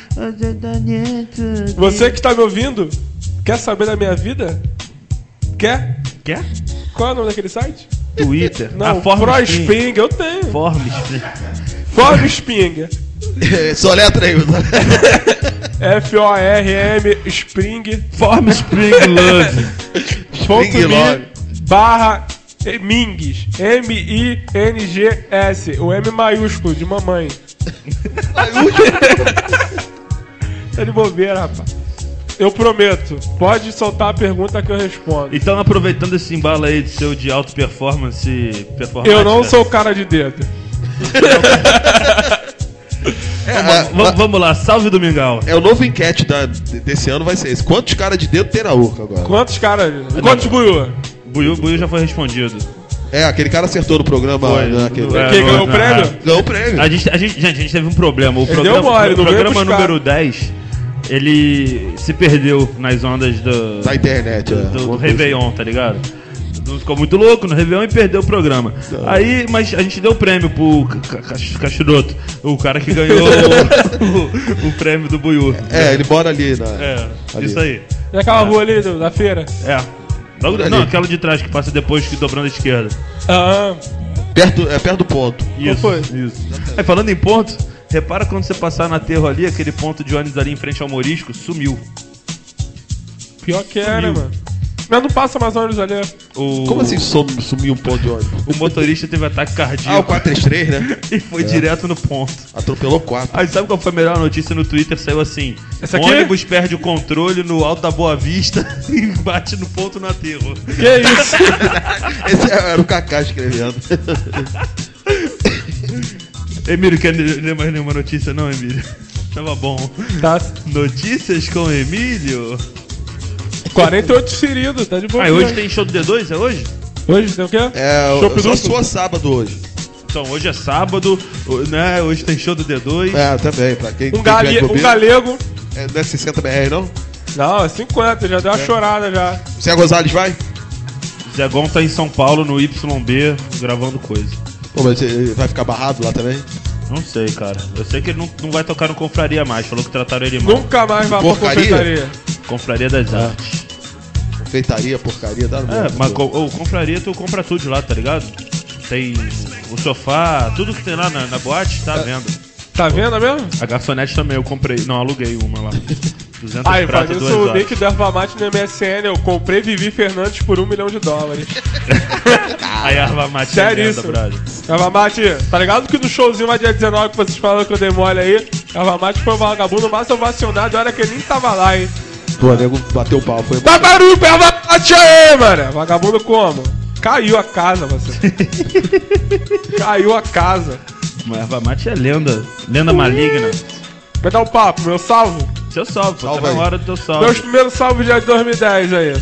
S1: Você que tá me ouvindo, quer saber da minha vida? Quer?
S2: quer?
S1: Qual é o nome daquele site?
S2: Twitter. Ah,
S1: Não,
S2: Form Spin.
S1: Prosping, eu tenho.
S2: Form Spin.
S1: Forsping.
S3: Só letra aí.
S1: F-O-R-M Spring.
S2: Form (laughs) Spring Love.
S1: ponto
S3: Spring Love.
S1: me barra Mings. M-I-N-G-S. O M maiúsculo de
S2: (laughs)
S1: mamãe. Tá de bobeira, rapaz. Eu prometo. Pode soltar a pergunta que eu respondo.
S2: Então, aproveitando esse embalo aí de seu de alto performance. né? performática,
S1: Eu não sou cara de dedo.
S3: É,
S2: Vamos,
S3: a-
S2: vamos lá, salve Domingão.
S3: é o novo enquete da- desse ano vai ser esse. Quantos caras de dedo tem na Urca agora?
S1: Quantos caras? Quantos buiú?
S2: Buiu, Buiu já foi respondido.
S3: É, aquele cara acertou no programa.
S2: Foi.
S3: né, aquele-
S2: É,
S1: Quem
S2: não,
S1: ganhou o
S2: não,
S1: prêmio?
S3: Ganhou o prêmio.
S2: A gente, a gente, gente, a gente teve um problema. O programa,
S1: deu mole,
S2: o
S1: não veio
S2: programa
S1: buscar.
S2: número 10, ele se perdeu nas ondas do,
S3: Da internet, é.
S2: do, do Réveillon, tá ligado? Todo mundo Ficou muito louco no Réveillon e perdeu o programa. Aí, mas a gente deu o prêmio pro Ca- Ca- Ca- Cachiroto, o cara que ganhou o, o- o prêmio do Buiú.
S3: É, ele mora ali na.
S2: É,
S3: ali.
S2: isso aí.
S1: É
S2: Ah.
S1: aquela rua ali do- da feira?
S2: É. Logo-
S3: Ali.
S2: não, aquela de trás que passa depois que dobrando a esquerda.
S1: Ah,
S3: Perto, é perto do ponto.
S2: Isso,
S1: foi?
S2: isso. Aí, falando em ponto, repara quando você passar na aterro ali, aquele ponto de ônibus ali em frente ao Morisco, sumiu.
S1: pior que é, né, era,
S2: Sumiu.
S1: mano. Mas não passa mais ônibus ali.
S2: O,
S3: Como assim som- sumiu um pão de ônibus?
S2: O motorista teve ataque cardíaco
S3: Ah, o 433, né?
S2: (laughs) e foi direto no ponto.
S3: Atropelou quatro.
S2: Aí sabe qual foi a melhor notícia no Twitter? Saiu assim:
S1: Essa aqui?
S2: ônibus perde o controle no alto da Boa Vista (laughs) e bate no ponto no aterro.
S1: Que
S2: (laughs)
S1: isso?
S3: Esse é, era o Kaká escrevendo.
S2: Emílio, quer ler ler mais nenhuma notícia, não, Emílio? (laughs) Tava bom.
S1: Tá
S2: Notícias com Emílio.
S1: 48 feridos, tá de boa.
S2: Ah, e hoje tem show do D2? É hoje?
S1: Hoje tem o quê?
S3: É, eu-
S1: Chopp
S3: eu só
S1: duplo?
S3: sou sábado hoje.
S2: Então, hoje é sábado, o- né? Hoje tem show do D2.
S3: É, também, pra quem
S1: Um,
S3: quem tiver de
S1: gale, um
S3: bobeira.
S1: galego.
S3: É, não é 60 BR, não?
S1: Não, é 50, já deu uma chorada já.
S3: Zé Gonzalez vai?
S2: Zegon tá em São Paulo, no YB, gravando coisa.
S3: Pô, mas ele vai ficar barrado lá também?
S2: Não sei, cara. Eu sei que ele não, não vai tocar no Confraria mais. Falou que trataram ele mal.
S1: Nunca mais vai pra
S3: Porcaria?
S1: confeitaria.
S2: Confraria das Artes.
S3: Confeitaria, porcaria, dá no
S2: É,
S3: mesmo.
S2: mas co- o Confraria tu compra tudo lá, tá ligado? Tem o sofá, tudo que tem lá na, na boate, tá à venda.
S1: Tá vendo mesmo?
S2: A garçonete também eu comprei. Não, aluguei uma lá. 200
S1: Aí,
S2: prata,
S1: fazendo
S2: duas
S1: isso, o
S2: horas.
S1: Nick do Ervamate no MSN, eu comprei Vivi Fernandes por um milhão de dólares.
S2: Aí a arma mate
S1: Sério
S2: é venda,
S1: isso?
S2: brother.
S1: Ervamate, tá ligado que no showzinho lá dia 19 que vocês falaram que eu dei mole aí, Ervamate foi um vagabundo mais ovacionado, e olha que ele nem tava lá, hein?
S3: Pô, o nego bateu o pau, foi
S1: Dá barulho pra Ervamate aí, mano! Vagabundo como? Caiu a casa, você. Caiu a casa.
S2: Mas a erva mate é lenda. Lenda maligna.
S1: Vai dar um papo, meu salvo.
S2: Seu salve, pô.
S3: Salve
S2: Tá
S3: aí.
S2: na hora do teu salve.
S1: Meus primeiros salvos de 2010 aí.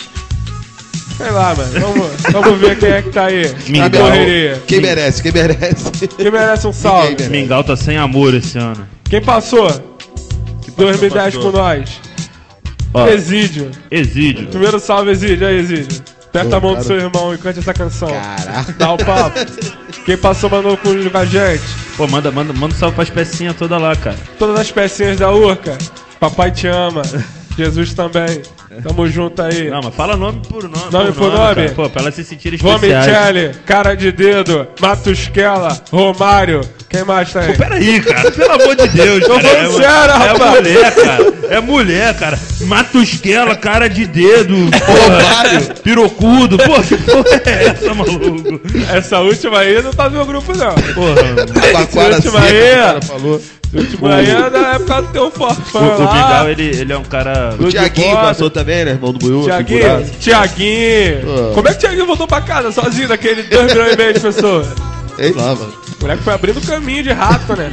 S1: Quem- Sei lá, mano. Vamos, vamos ver quem é que tá aí. Na
S2: Mingau.
S1: correria.
S3: Quem merece, quem merece.
S1: Quem merece um salve?
S3: Ninguém, né?
S2: Mingau tá sem amor esse ano.
S1: Quem passou? 2010 com nós.
S2: Ó,
S1: Exídio.
S2: Exídio.
S1: Primeiro salve, Exídio. Aí, Exídio. Aperta
S3: Pô,
S1: a mão do
S3: cara.
S1: seu irmão e cante essa canção.
S3: Caraca.
S1: Dá o papo. Quem passou, mandou um com a gente.
S2: Pô, manda, manda, manda um salve pras pecinhas toda lá, cara.
S1: Todas as pecinhas da Urca. Papai te ama. Jesus também. Tamo junto aí.
S2: Não, mas fala nome por nome.
S1: Nome por nome?
S2: cara. Pô, pra elas se sentirem especiais.
S1: Vomicelli, Cara de Dedo, Matusquela, Romário. Quem mais tá aí?
S2: Peraí, cara, pelo amor de Deus,
S1: Tô
S2: cara.
S1: falando
S2: mu-
S1: sério, rapaz.
S2: É mulher, cara. É mulher, cara. Matusquela, cara de dedo. Ovário. Pirocudo. Pô, que porra é essa, maluco?
S1: Essa última aí não tá no meu grupo, não.
S2: Porra,
S3: tá Tabaquara
S1: Esse último
S3: seca,
S1: aí,
S3: o cara
S1: ó.
S3: falou.
S1: Essa última aí é da época do teu
S2: o,
S1: forfã
S2: o Mingau,
S1: lá.
S2: ele, ele é um cara...
S1: Tudo de
S3: Tiaguinho
S1: bordo.
S3: passou também, né? Irmão do Buiú, figuraço.
S1: Tiaguinho, Tiaguinho.
S3: Ah.
S1: Como é que o Tiaguinho voltou pra casa sozinho daquele 2 milhões e meio de pessoas?
S3: Sei lá, mano.
S1: O moleque foi abrindo caminho de rato, né?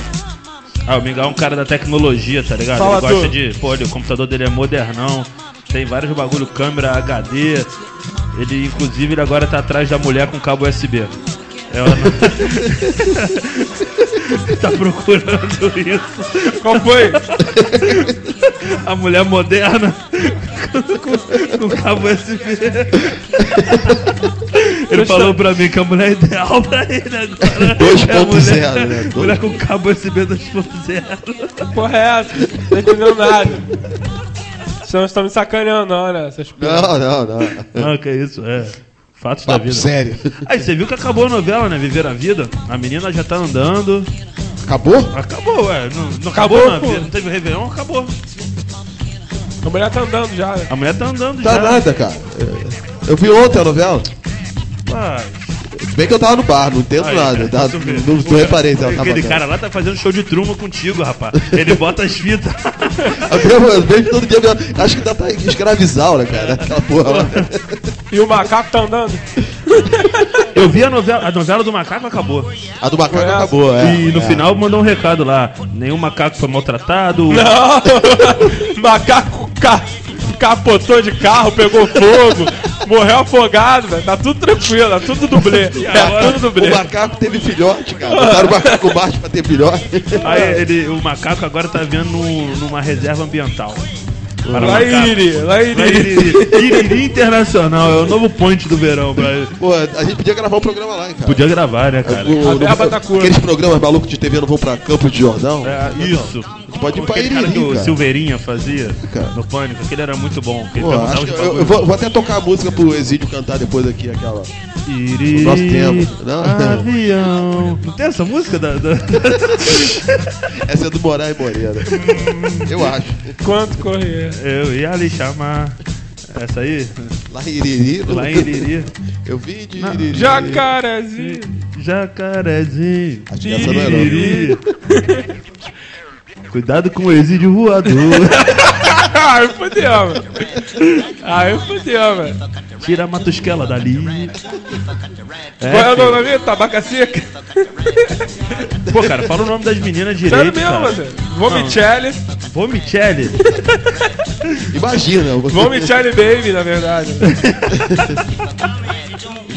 S2: Ah, o Mingau é um cara da tecnologia, tá ligado?
S1: Fala,
S2: ele
S1: tu.
S2: gosta de. Pô, ele- o computador dele é modernão, tem vários bagulho, câmera, HD. Ele, inclusive, ele agora tá atrás da mulher com cabo USB. Ela não... É (laughs) tá procurando isso.
S1: Qual foi?
S2: A mulher moderna com, com cabo USB. Ele falou pra mim que a mulher é ideal pra ele agora.
S3: 2.0,
S2: é a mulher,
S3: né?
S2: mulher com cabo USB 2.0.
S1: Porra, é essa? Não tô entendendo nada. Vocês não estão me sacaneando, não, né? Essas
S3: Não, não, não.
S2: Ah, que isso, é. Fatos da
S3: Papo
S2: vida.
S3: sério.
S2: Aí você viu que acabou a novela, né? Viver a vida. A menina já tá andando.
S3: Acabou?
S2: Acabou, ué. Não, não
S1: Acabou,
S2: acabou, a
S1: pô.
S2: vida. Não teve Réveillon, acabou.
S1: A mulher tá andando já, né?
S2: A mulher tá andando
S3: Tá
S2: já.
S3: nada, cara. É, Eu vi ontem a novela.
S2: Rapaz.
S3: Se Bem que eu tava no bar, não entendo
S2: Aí,
S3: nada.
S2: cara,
S3: tá-
S2: tu
S3: não,
S2: vê.
S3: não, não reparei se ela tava.
S2: Aquele
S3: vendo.
S2: cara lá tá fazendo show de truma contigo, rapaz. Ele bota as
S3: (laughs)
S2: fitas.
S3: Eu vejo- eu vejo todo dia. eu vejo- Acho que dá pra escravizar, né, cara? Aquela porra lá.
S1: E o macaco tá
S2: (laughs)
S1: andando.
S2: Eu vi a novela, a novela do macaco acabou.
S3: A do macaco
S1: Foi essa.
S3: acabou, é.
S2: e no
S3: é.
S2: final mandou um recado lá. Nenhum macaco foi maltratado.
S1: Não! Macaco ca- capotou de carro, pegou fogo, morreu afogado, velho. Tá tudo tranquilo, tá tudo dublê. Tá
S2: agora?
S1: tudo
S3: É, O
S1: dublê.
S3: macaco teve filhote, cara. Botaram o macaco baixo pra ter filhote.
S2: Aí ele, o macaco agora tá vendo no- numa reserva ambiental. Para
S1: Lá
S2: o macaco.
S1: Laíri,
S2: Vai,
S1: Laíri.
S2: Iriri. Iriri Internacional, é o novo point do verão, brother.
S3: Pô, a gente podia gravar um programa lá, hein, cara.
S2: Podia gravar, né, cara?
S3: O-
S1: A
S3: no-
S1: verba tá curta.
S3: Aqueles programas malucos de TV não vão pra Campos de Jordão.
S2: É, isso.
S3: pode ir pra
S2: Aquele cara que
S3: Iriri,
S2: o
S3: cara.
S2: Silveirinha fazia
S3: Cara.
S2: no Pânico, aquele era muito bom. Ele
S3: Pô,
S2: perguntava
S3: acho
S2: os
S3: que eu,
S2: bagulhos.
S3: eu vou, vou até tocar a música pro Exílio cantar depois aqui, aquela.
S2: Iriri,
S3: O nosso tempo. Não. (laughs)
S2: Avião. Não tem essa música da. da-
S3: Essa é do
S2: (laughs)
S3: Moraes Moreira. Eu acho.
S1: Quanto correr?
S2: Eu ia lhe chamar. Essa aí?
S3: Lá em Iriri. não-
S2: Lá em Iriri.
S3: Eu vim de Iriri.
S1: Jacarezinho.
S2: Jacarezinho.
S3: Acho que essa não é não.
S2: (laughs) Cuidado com o exílio voador.
S1: Ai, fudeu, mano. Ai, fudeu, mano.
S2: Tira a matusquela dali. É,
S1: Qual é o
S2: filho.
S1: nome dele? Tabaca seca?
S2: Pô, cara, fala o nome das meninas
S1: Sério
S2: direito.
S1: é mesmo,
S2: cara.
S1: você. Vomicelli.
S2: Vomichelli.
S3: Imagina. eu gostei-
S1: Vomicelli Baby, na verdade. né?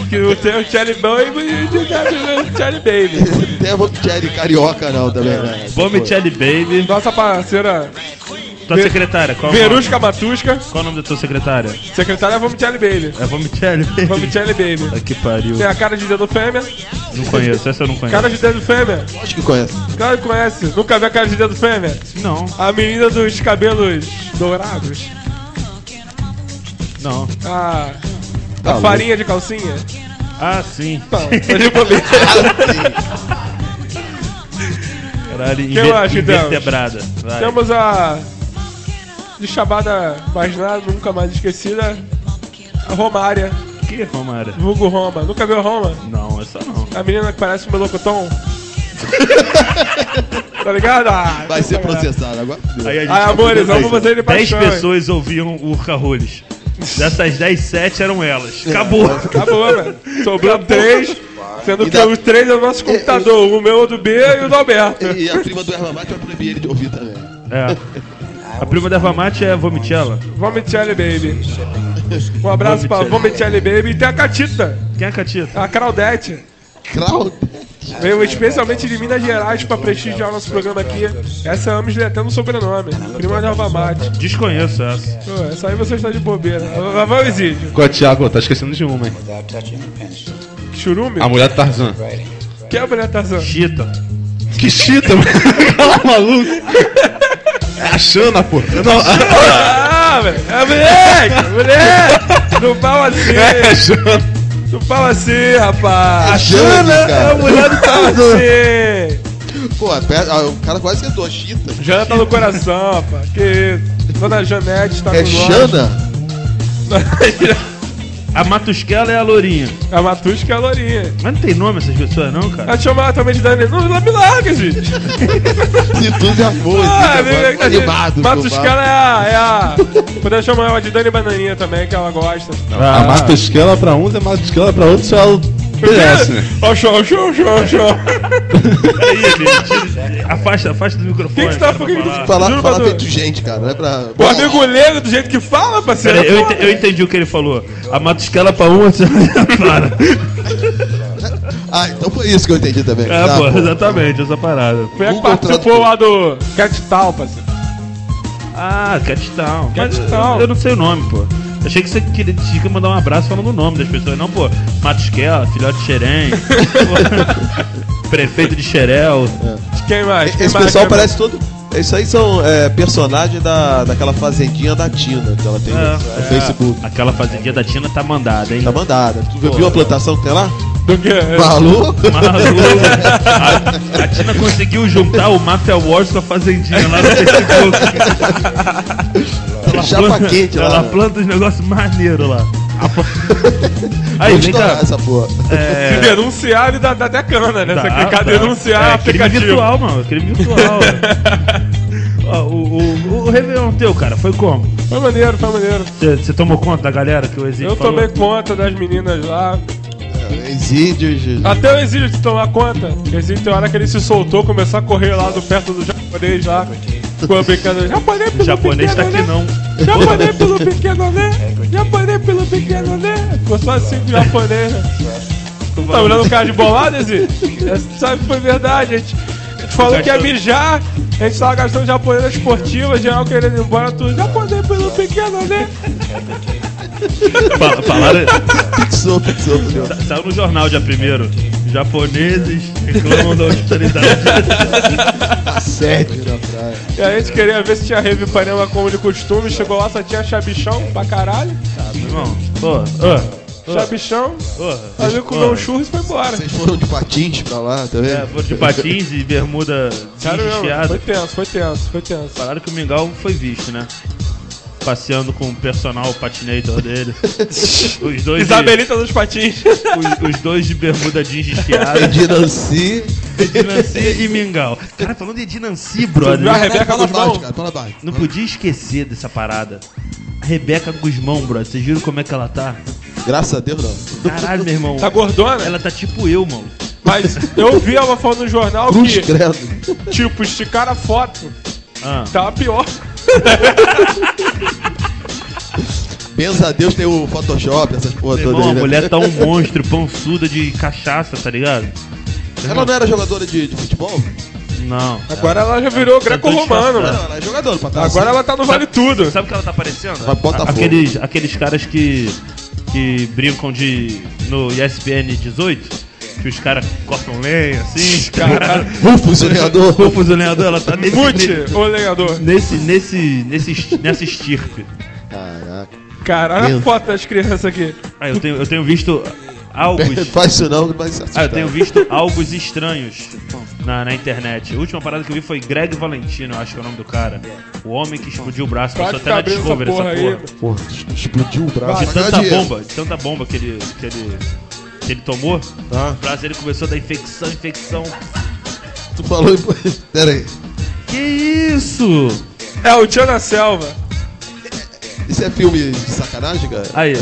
S1: que não tem o Chelly Baby e o Chelly Baby.
S3: um- (laughs) Até vou tirar de carioca não também,
S1: É,
S3: né?
S2: Vomichelli Baby.
S1: Nossa parceira
S2: Tua secretária, qual, é o nome?
S1: Verusca Matusca,
S2: qual é o nome da tua secretária?
S1: secretária Vomicelli Baby.
S2: É Vomichelli Baby.
S1: Vomicelli Baby.
S2: Ah, que pariu.
S1: Tem a cara de dedo fêmea.
S2: Não conheço, essa eu não conheço.
S1: Cara de dedo fêmea.
S3: Acho que conhece.
S1: Claro que conhece. Nunca viu a cara de dedo fêmea?
S2: Não,
S1: A menina dos cabelos dourados.
S2: não.
S1: A,
S3: Tá
S1: a farinha de calcinha.
S2: Ah, sim.
S1: Tá, tá de bobeira.
S2: Caralho,
S1: eu acho, então?
S2: invertebrada. Vai.
S1: Temos a. De chamada mais nada, nunca mais esquecida. A Romária,
S2: Que Romário?
S1: vulgo Roma. Nunca viu Roma?
S2: Não, essa não.
S1: A menina que parece um
S3: (laughs)
S1: melocotom. tá ligado? Ah,
S3: Vai ser processado agora.
S2: Aí a gente tá
S1: Ai, amores, amo vocês de
S2: 10
S1: paixão. hein?
S2: pessoas ouviam o Urca Roles. Dessas 10, 7 eram elas. Acabou.
S1: Acabou, velho. Tá né? Sobrou três, sendo que
S3: E da-
S1: os três é o nosso computador. O meu, o do B e o do Alberto.
S3: E a prima do Erva Mate vai proibir ele de ouvir também.
S2: É. A prima da Vamate é a Vomitella.
S1: Vomitelli Baby. Um abraço pra Vomitelli Baby. E tem a Catita,
S2: Quem é a Catita?
S1: a Claudete.
S3: Crowd.
S1: Veio especialmente de Minas Gerais pra prestigiar o nosso programa aqui. Essa é ama esletando o sobrenome. Prima de Alva Mate.
S2: Desconheço essa.
S1: Pô, Essa aí você está de bobeira. Lá vai o Exílio.
S5: Qual é, Thiago? Tá esquecendo de uma, hein?
S1: Churume?
S5: A mulher do Tarzan.
S1: Que é a mulher Tarzan?
S2: Chita.
S5: Que chita, mano. (laughs) Aquela maluca. É a Xana, pô. Não, a-
S1: Ah, velho. É moleque! Moleque! Não fala
S5: é a
S1: assim.
S5: Xana.
S1: Não fala assim, rapaz.
S3: A Xana,
S1: é a
S3: cara.
S1: mulher (laughs) do Tarzan.
S3: Pô, a pe- ah, o cara quase que é Chita.
S1: Jana tá no coração, rapaz. Que isso. Dona Janete tá
S3: É
S1: no
S3: Xana?
S1: (laughs)
S2: A Matusquela é a Lourinha.
S1: A Matusca é a Lourinha.
S2: Mas não tem nome essas pessoas, não, cara?
S1: Ela te chamava também de Dani. Não, não me larga,
S3: (laughs)
S1: gente.
S3: Se tudo é amor,
S1: Ah,
S3: assim,
S1: meu
S3: agora,
S1: amigo, tá
S3: animado.
S1: de- Matusquela
S3: filmado.
S1: é a. É a... Podemos chamar ela de Dani Bananinha também, que ela
S3: (laughs)
S1: gosta.
S5: A Matusquela pra uns é Matusquela pra outros, é ela merece, né?
S1: Ó, show, show,
S3: É.
S1: show, show.
S2: Aí, gente. tira- Afasta, afasta do microfone.
S1: Quem que tá
S3: então
S2: cara,
S1: falando
S2: pra
S1: isso?
S2: falar.
S1: Juro
S3: Falar,
S1: pra
S3: falar
S1: tu.
S3: feito gente, cara. Não é pra...
S1: O amigo Lego, do jeito que fala, parceiro.
S2: Peraí, eu, ente- eu entendi o que ele falou. A Matusquela pra uma, (laughs) é para.
S3: Ah, então foi isso que eu entendi também.
S2: É,
S3: Tá,
S2: pô,
S3: pô.
S2: exatamente, essa parada.
S1: Foi a é que
S3: Google
S1: participou lá do Cat Tal, parceiro.
S2: Ah, Catitown.
S1: Cat
S2: Mas eu-
S1: Town.
S2: Eu não sei o nome, pô. Achei que você queria tinha que mandar um abraço falando o nome das pessoas. Não, pô. Matusquela, filhote
S1: (laughs)
S2: de Xerém. pô, (laughs) Prefeito de Xerel.
S1: De Quem mais? Quem
S3: Esse
S1: mais?
S3: pessoal
S1: Quem mais?
S3: parece todo. Isso aí são é, personagens da, daquela fazendinha da Tina que ela tem no, no
S2: É, é.
S3: Facebook.
S2: Aquela fazendinha da Tina tá mandada, hein?
S3: Tá mandada. Tu viu a plantação que tem lá?
S1: Do que?
S3: Malu? (laughs)
S2: Maluco. A, a Tina conseguiu juntar o Mafia Wars com a fazendinha lá no Facebook.
S3: Chapa quente lá.
S2: ela
S3: né?
S2: planta os negócios maneiros lá. A
S3: (laughs)
S2: pla- Aí,
S3: Vou
S2: vem
S3: estourar
S2: cá. é,
S3: essa porra.
S1: Se denunciar, ele dá, dá até cana, né? Você
S2: Dá,
S1: clicar
S2: dá.
S1: denunciar,
S2: é, crime
S1: aplicativo.
S2: virtual, mano. Crime virtual.
S1: (laughs)
S2: Ó, o, o, o Réveillon é teu, cara, foi como?
S1: Foi maneiro, foi maneiro.
S2: Você tomou conta da galera que o Exílio
S1: Eu
S2: falou?
S1: tomei conta das meninas lá.
S2: (laughs)
S3: Exídios.
S1: Até o Exílio te tomar conta. O Exílio tem hora que ele se soltou, começou a correr lá do perto do japonês lá. Ficou brincando. Japonês pelo
S2: Japonês tá
S1: pequeno,
S2: aqui
S1: né?
S2: não.
S1: Japonês pelo pequeno, né? Japonês pelo pequeno, né? Ficou só assim com o japonês, né? Tá olhando o cara de bolada, Exílio? Essa Sabe, que foi verdade, a gente. a gente Falou que ia mijar, a gente tava gastando japonês na esportiva, geral querendo ir embora, tudo. Japonês pelo pequeno, né?
S2: Fa- Falaram.
S3: Pixou, pixou.
S2: sa- Saiu no jornal dia primeiro. Japoneses reclamam da austeridade.
S3: Assédio na praia.
S1: E a gente queria ver se tinha rave Ipanema como de costume. Chegou lá, só tinha chabichão pra caralho.
S2: Irmão, porra, ah,
S1: Chabichão,
S2: porra.
S1: ali comeu um churros e foi embora.
S3: Vocês foram de patins pra lá, tá
S2: É,
S3: vendo?
S2: foram de
S5: (laughs)
S2: patins e bermuda
S1: Sério mesmo, foi
S2: desfiada.
S1: tenso, foi tenso, foi tenso.
S2: Falaram que o Mingau foi visto, né? passeando com o personal
S1: (laughs)
S2: patinator dele. Os dois, de,
S1: Isabelita dos Patins.
S2: os, os dois de bermuda jeans
S1: (laughs)
S2: estiada.
S5: Ed Nancy.
S2: Edinanci e Mingau. Cara, falando de Edinanci,
S1: viu a
S2: brother.
S1: Rebeca
S5: Cara, fala
S1: Guzmão.
S5: baixo, cara, fala baixo.
S2: Não podia esquecer dessa parada. A Rebeca Guzmão, brother. Vocês viram como é que ela tá?
S5: Graças a Deus, não.
S2: Caralho, meu irmão.
S1: Tá gordona?
S2: Ela tá tipo eu, mano.
S1: Mas eu vi ela falando no jornal
S5: Cruz
S1: que,
S5: credo.
S1: tipo, esticaram a foto.
S2: Ah.
S1: Tava pior.
S5: Pensa a Deus tem o Photoshop, essas porra
S2: Meu
S5: todas
S2: irmão,
S5: aí,
S2: a
S5: né?
S2: mulher tá um monstro, pançuda de cachaça, tá ligado?
S5: Ela não era jogadora de, de futebol?
S2: Não.
S1: Agora ela já virou greco-romano. né?
S5: Não,
S1: mano.
S5: ela é jogadora pra trás.
S1: Agora ela tá no Vale Tudo.
S2: Sabe o que ela tá parecendo?
S5: Vai botar
S2: A-
S5: fogo.
S2: aqueles, aqueles caras que. que brincam de. no ESPN 18. Que os caras cortam lenha, assim. Caralho.
S5: Rufus, o jogador.
S2: (laughs) O fuzileador, ela tá nesse.
S1: Mute, ô lenhador.
S2: Nesse, nesse, nesse, esti- nessa estirpe.
S5: Caraca.
S1: Cara, olha a
S5: Meu.
S1: foto das crianças aqui.
S2: Ah, eu tenho, eu tenho visto
S5: (laughs)
S2: algo.
S5: Faz isso não, mas se assustar.
S2: Ah, eu tenho visto algo estranhos na, na internet. A última parada que eu vi foi Greg Valentino, eu acho que é o nome do cara. O homem que explodiu o braço,
S1: Para
S2: passou
S1: de
S2: até na
S1: ficar abrindo essa
S2: Discovery essa
S1: porra aí.
S2: porra.
S5: Porra, es- explodiu o braço.
S2: De
S5: Vai ganhar
S2: tanta
S5: dinheiro.
S2: bomba, de tanta bomba que ele, que ele, que ele tomou,
S5: Tá.
S2: o braço ele começou a dar infecção, infecção.
S5: Tu falou (laughs) em... Pera aí.
S2: Que isso?
S1: É o Tio na Selva.
S5: Isso é filme de sacanagem, cara?
S2: Aí.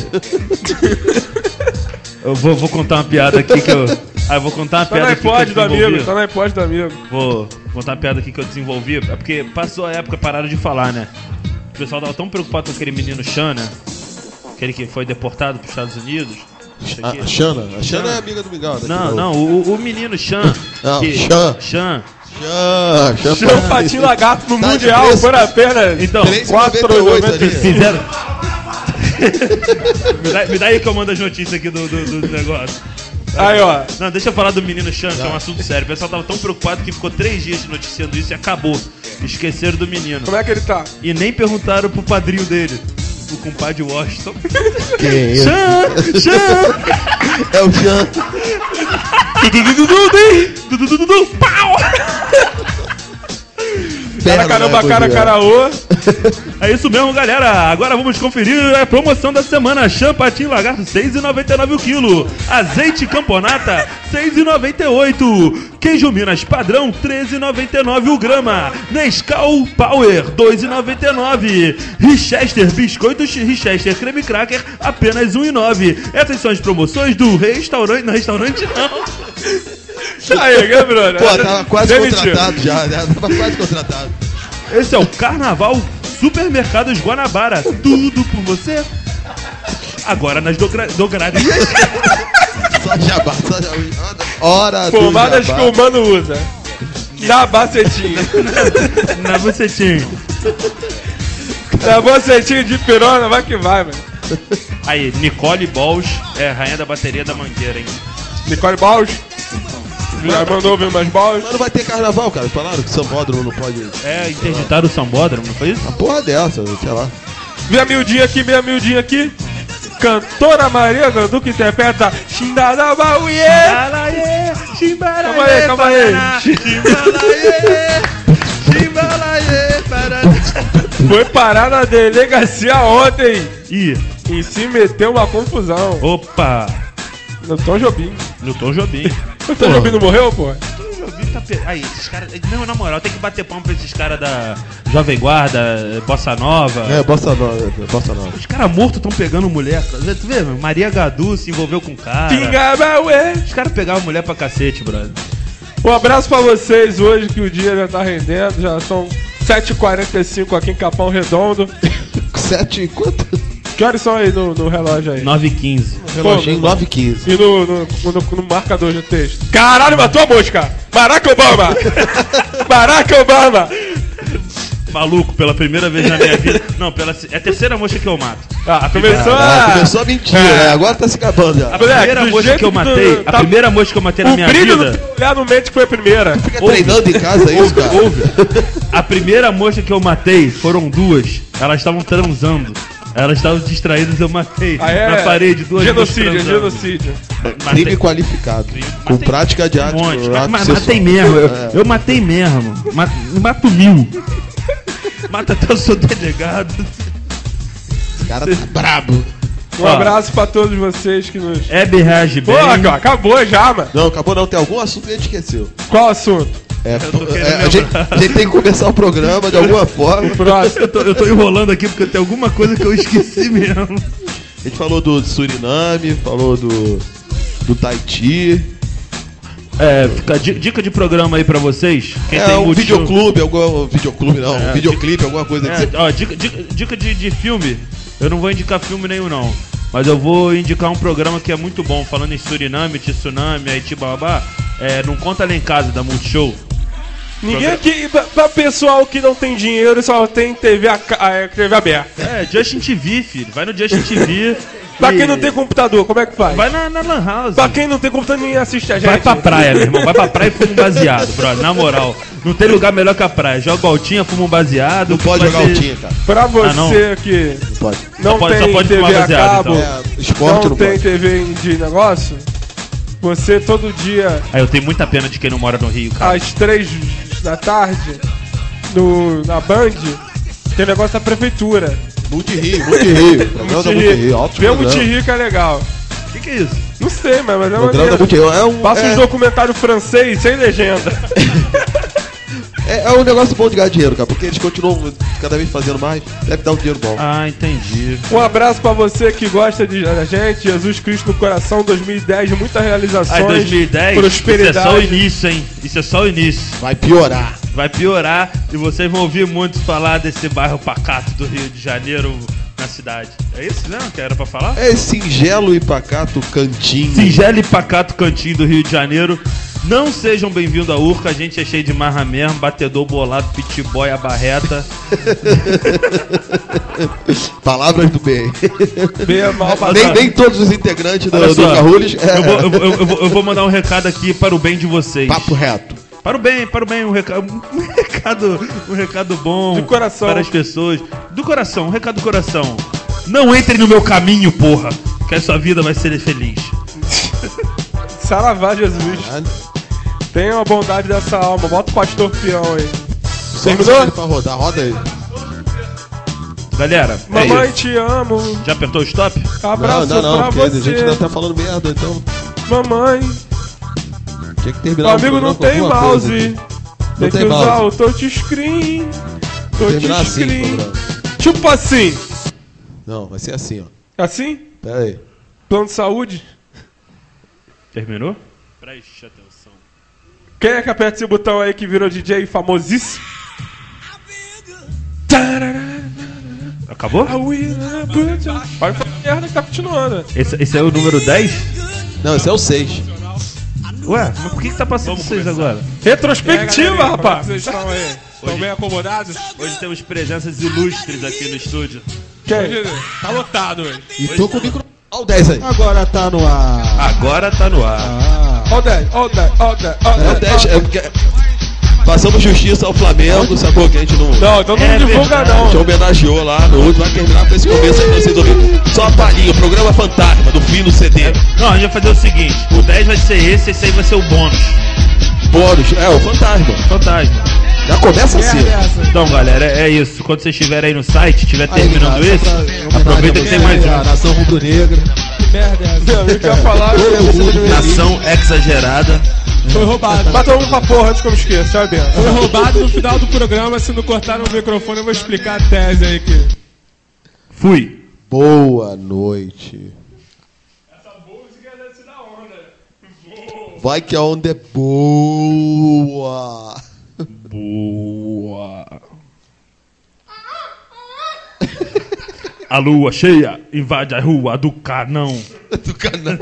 S2: Eu vou, vou contar uma piada aqui que eu. Ah, eu vou contar uma
S1: Tá no
S2: piada aqui. que eu
S1: iPod do
S2: desenvolvi.
S1: amigo, tá no iPod do
S5: Ah,
S1: amigo.
S2: Vou contar uma piada aqui que eu desenvolvi. É porque passou a época, pararam de falar, né? O pessoal tava tão preocupado com aquele menino Chan, né? Aquele que foi deportado pros Estados Unidos. Não, sei o
S5: A, a
S2: quê.
S5: Ah, Xana. A Xana é amiga do Miguel. daqui
S2: não,
S5: do-
S2: não, o, o menino Chan.
S5: Não,
S2: que-
S5: Chan.
S2: Chan.
S5: Xana. Xana.
S1: Seu Patinho Lagarto no
S5: Tá de
S1: Mundial
S5: preço.
S1: por apenas.
S2: Então,
S5: 3,98 ali.
S2: fizeram. me, dá, me dá aí que eu mando as notícias aqui do, do- do negócio.
S1: Aí, ó.
S2: Não, deixa eu falar do menino Chan, que é um assunto sério. O pessoal tava tão preocupado que ficou três dias noticiando isso e acabou. Esqueceram do menino.
S1: Como é que ele tá?
S2: E nem perguntaram pro padrinho dele, o compadre Washington.
S5: Que
S1: é
S5: isso?
S2: Chan! Chan!
S5: É o Xana.
S2: Du, du, du, du, du, Pau!
S1: Cara, caramba, cara, caraô.
S2: É isso mesmo, galera. Agora vamos conferir a promoção da semana. Chan Patinho Lagarto, 6,99 o quilo. Azeite Camponata, 6,98. Queijo Minas Padrão, 13,99 o grama. Nescau Power, 2,99. Richester Biscoitos Richester Creme Cracker, apenas 1,9. Essas são as promoções do restaurante... Não, restaurante não.
S1: Aí, né, Bruno?
S5: Pô, tava quase
S1: Demitiu.
S5: contratado já. já Tava quase contratado.
S2: Esse é o Carnaval Supermercados Guanabara. Tudo por você. Agora nas dogra- dograrias.
S5: Só jabá, só jabá. Hora do
S1: Pomadas que
S5: jabá.
S1: o humano usa. Na bacetinha.
S2: Na bucetinha.
S1: Na bacetinha de pirona, vai que vai, mano.
S2: Aí, Nicole Balls é rainha da bateria da mangueira, hein?
S1: Nicole Baus. Já mandou ver mais baus.
S5: Mas não vai ter carnaval, cara. Falaram que São Sambódromo não pode...
S2: É, interditaram o sambódromo, não foi isso?
S5: Porra dessa, sei lá.
S1: Vem a miudinha aqui, vem a miudinha aqui. Cantora Maria Ganduca interpreta Xindarabauê.
S2: Alaê, chimbalaê,
S1: Calma aí, calma aí.
S2: paraná, Chimbalaê, chimbalaê, paraná.
S1: Foi parar na delegacia ontem
S2: Ih,
S1: e se meteu uma confusão.
S2: opa,
S1: No Tom Jobim.
S2: Newton (laughs) Jobim.
S1: O Tom Jobim não morreu, pô?
S2: Jobim tá pe- Aí, esses caras. Não, na moral, tem que bater palma pra esses caras da Jovem Guarda, Bossa Nova.
S5: É, bossa nova, é, bossa nova.
S2: Os caras mortos tão pegando mulher. cara. Tu vê, mano, Maria Gadu se envolveu com o cara.
S1: Xindarabauê.
S2: Os caras pegavam mulher pra cacete, brother.
S1: Um abraço pra vocês hoje que o dia já tá rendendo, já são 7h45 aqui em Capão Redondo.
S5: Sete e quanto?
S1: Que horas são aí no, no relógio aí?
S2: 9 e 15.
S5: Reloginho 9 e 15.
S1: E no, no, no- no marcador de texto. Caralho, matou a mosca! Barack (laughs) Obama! Barack Obama!
S2: Maluco, pela primeira vez na minha vida. Não, pela, é a terceira mocha que eu mato.
S1: Ah, começou
S5: Ah,
S1: a...
S5: começou a mentir, né? Agora tá se acabando já.
S2: A
S1: Moleque,
S2: primeira
S1: do
S2: mocha
S1: jeito
S2: que eu
S1: que tu
S2: matei, a
S1: tá-
S2: primeira mocha que eu matei na
S1: O
S2: minha
S1: brilho do
S2: vida.
S1: teu olhar no mente que foi a primeira.
S5: Fica treinando em casa isso, cara.
S2: Ouve. A primeira mocha que eu matei foram duas. Elas estavam transando. Elas estavam distraídas, eu matei.
S1: Aí é
S2: Na parede, duas
S1: Genocídio, é
S2: moças transando.
S1: genocídio.
S2: Matei
S5: Crime qualificado. Com prática de
S2: um
S5: arte.
S2: monte.
S5: com
S2: Mas
S5: ato
S2: mas
S5: sexual.
S2: matei mesmo. Eu,
S5: É.
S2: eu matei mesmo. Ma- Mato mil. Mata até o seu delegado.
S3: cara tá brabo.
S1: Um
S2: Ó.
S1: abraço pra todos vocês que nos.
S2: Hebe reage bem.
S1: Porra, cara, acabou já, mano.
S3: Não, acabou não. Tem algum assunto que a gente esqueceu.
S1: Qual assunto?
S3: É,
S2: tô querendo
S3: é, a, gente, a gente tem que começar o programa de alguma forma.
S2: (laughs)
S1: Próximo.
S2: Eu tô, eu tô enrolando aqui porque tem alguma coisa que eu esqueci (laughs) mesmo.
S3: A gente falou do Suriname, falou do. do Tahiti.
S2: É, fica di- dica de programa aí pra vocês. Quem
S3: é,
S2: tem
S3: um
S2: Multishow-
S3: videoclube, algum. Videoclube não, um videoclipe, alguma coisa que
S2: É,
S3: você.
S2: ó, dica, dica- dica de, de filme. Eu não vou indicar filme nenhum, não. Mas eu vou indicar um programa que é muito bom, falando em Suriname, Tsunami, Haiti, babá. É, não conta lá em casa, da Multishow.
S1: Ninguém aqui. Pra, pra pessoal que não tem dinheiro e só tem TV, a, ca- é, TV aberta.
S2: É, Justin TV, filho. Vai no Justin TV.
S1: Pra
S2: e-
S1: quem não tem computador, como é que faz?
S2: Vai na, na Lan House.
S1: Pra quem não tem computador, ninguém assiste a gente.
S2: Vai pra praia, meu irmão. Vai pra praia e fuma um baseado, brother. Na moral. Não tem lugar melhor que a praia. Joga altinha, fuma um baseado.
S3: Não pode
S2: vai
S3: jogar
S2: ser-
S3: altinha, cara.
S1: Pra você
S2: Ah, não.
S1: que
S3: Não pode.
S1: não
S2: Só pode- só
S1: tem
S2: pode
S1: TV
S2: tomar
S1: a
S2: baseado,
S1: cabo,
S2: então.
S3: É, esporte não,
S1: não tem
S3: pode.
S1: TV de negócio, você todo dia
S2: Aí eu tenho muita pena de quem não mora no Rio, cara.
S1: às três da tarde no, na Band tem negócio da prefeitura.
S3: Multirio, Multirio. Programa da Multirio, alto né,
S1: Vê o
S3: programa.
S1: Multirio que é legal.
S2: O que, que é isso?
S1: Não sei, mas, mas é uma
S3: Programa da Multirio. É um,
S1: Passa
S3: é,
S1: uns documentários francês sem legenda.
S3: é, é um negócio bom de ganhar dinheiro, cara, porque eles continuam cada vez fazendo mais, deve dar um dinheiro bom.
S2: Ah, entendi.
S1: Um abraço pra você que gosta de da gente. Jesus Cristo no coração, 2010, muitas realizações.
S2: Aí 2010, isso é só o
S1: prosperidade.
S2: início, hein? Isso é só o início.
S3: Vai piorar.
S2: Vai piorar e vocês vão ouvir muito falar desse bairro pacato do Rio de Janeiro na cidade. É isso mesmo que era pra falar?
S3: É singelo e pacato cantinho.
S2: Singelo e pacato cantinho do Rio de Janeiro. Não sejam bem-vindos à Urca, a gente é cheio de marra mesmo, batedor bolado, pitboy, a barreta.
S3: Palavras do bem.
S1: Bem, mal
S3: nem, nem todos os integrantes do,
S2: Olha
S3: do
S2: só,
S3: Carrulhos. É,
S2: eu, vou, eu vou- eu vou- eu vou mandar um recado aqui para o bem de vocês.
S3: Papo reto.
S2: Para o bem, para o bem, um (laughs) recado, um recado, um recado bom.
S1: Do coração.
S2: Para as pessoas. Do coração, um recado do coração. Não entre no meu caminho, porra, que a sua vida vai ser feliz.
S1: Saravá, Jesus. Tenha a bondade dessa alma. Bota o pastor peão aí. Terminou?
S3: Pra rodar, roda aí.
S2: Galera, é
S1: Mamãe,
S2: isso.
S1: te amo.
S2: Já apertou o stop?
S1: Abraço
S3: não, não, não,
S1: pra
S3: porque
S1: você.
S3: a gente ainda tá falando merda, então
S1: Mamãe.
S3: tinha que
S1: Meu
S3: terminar o
S1: amigo não
S3: programa com
S1: tem
S3: alguma
S1: mouse.
S3: coisa.
S1: tem,
S3: tem
S1: que usar
S3: mouse.
S1: o touchscreen.
S3: Terminar assim o
S1: Touchscreen.
S3: programa.
S1: tipo assim.
S3: Não, vai ser assim, ó.
S1: Assim?
S3: Pera aí.
S1: Plano de saúde?
S2: Terminou? Preste atenção.
S1: Quem é que aperta esse botão aí que virou DJ famosíssimo?
S2: Acabou?
S1: Ah, Pode falar merda que tá continuando.
S2: Esse, esse é o número 10?
S3: Não, esse é o 6.
S2: Ué, mas por que, que tá passando vocês agora? É,
S1: Retrospectiva, rapaz.
S6: Estão bem acomodados?
S2: Hoje temos presenças ilustres aqui no estúdio.
S1: Quem?
S6: Tá lotado hoje.
S3: E tu com o micro. Olha o 10 aí.
S5: Agora tá no ar.
S2: Agora tá no ar.
S1: Ó o 10, ó o 10, ó o 10, ó o
S3: É o 10, é porque. Passamos justiça ao Flamengo, sacou? Que a gente não.
S1: Não, então não
S2: É
S1: divulga
S2: verdade.
S3: Te
S1: não.
S3: homenageou lá no último, vai terminar com esse começo aí pra vocês ouvirem. Só a palhinha, o programa fantasma do fim do CD.
S2: Não, a gente vai fazer o seguinte: o 10 vai ser esse, esse aí vai ser o bônus.
S3: Bônus, é o fantasma.
S2: Fantasma.
S3: Já começa assim.
S2: Então, galera, é é isso. Quando vocês estiverem aí no site, estiver terminando esse, aproveita que tem mais
S5: a
S2: um.
S5: Nação rubro-negra.
S1: Meu amigo ia (laughs) falar,
S2: Nação exagerada.
S6: Foi roubado.
S1: mas todo mundo pra porra antes que eu me esqueça, sabe?
S6: Foi roubado no final do programa. Se não cortaram o microfone, eu vou explicar a tese aí que.
S2: Fui.
S3: Boa noite. Vai que a onda é boa.
S2: A lua cheia invade a rua do canão.
S3: Do canal.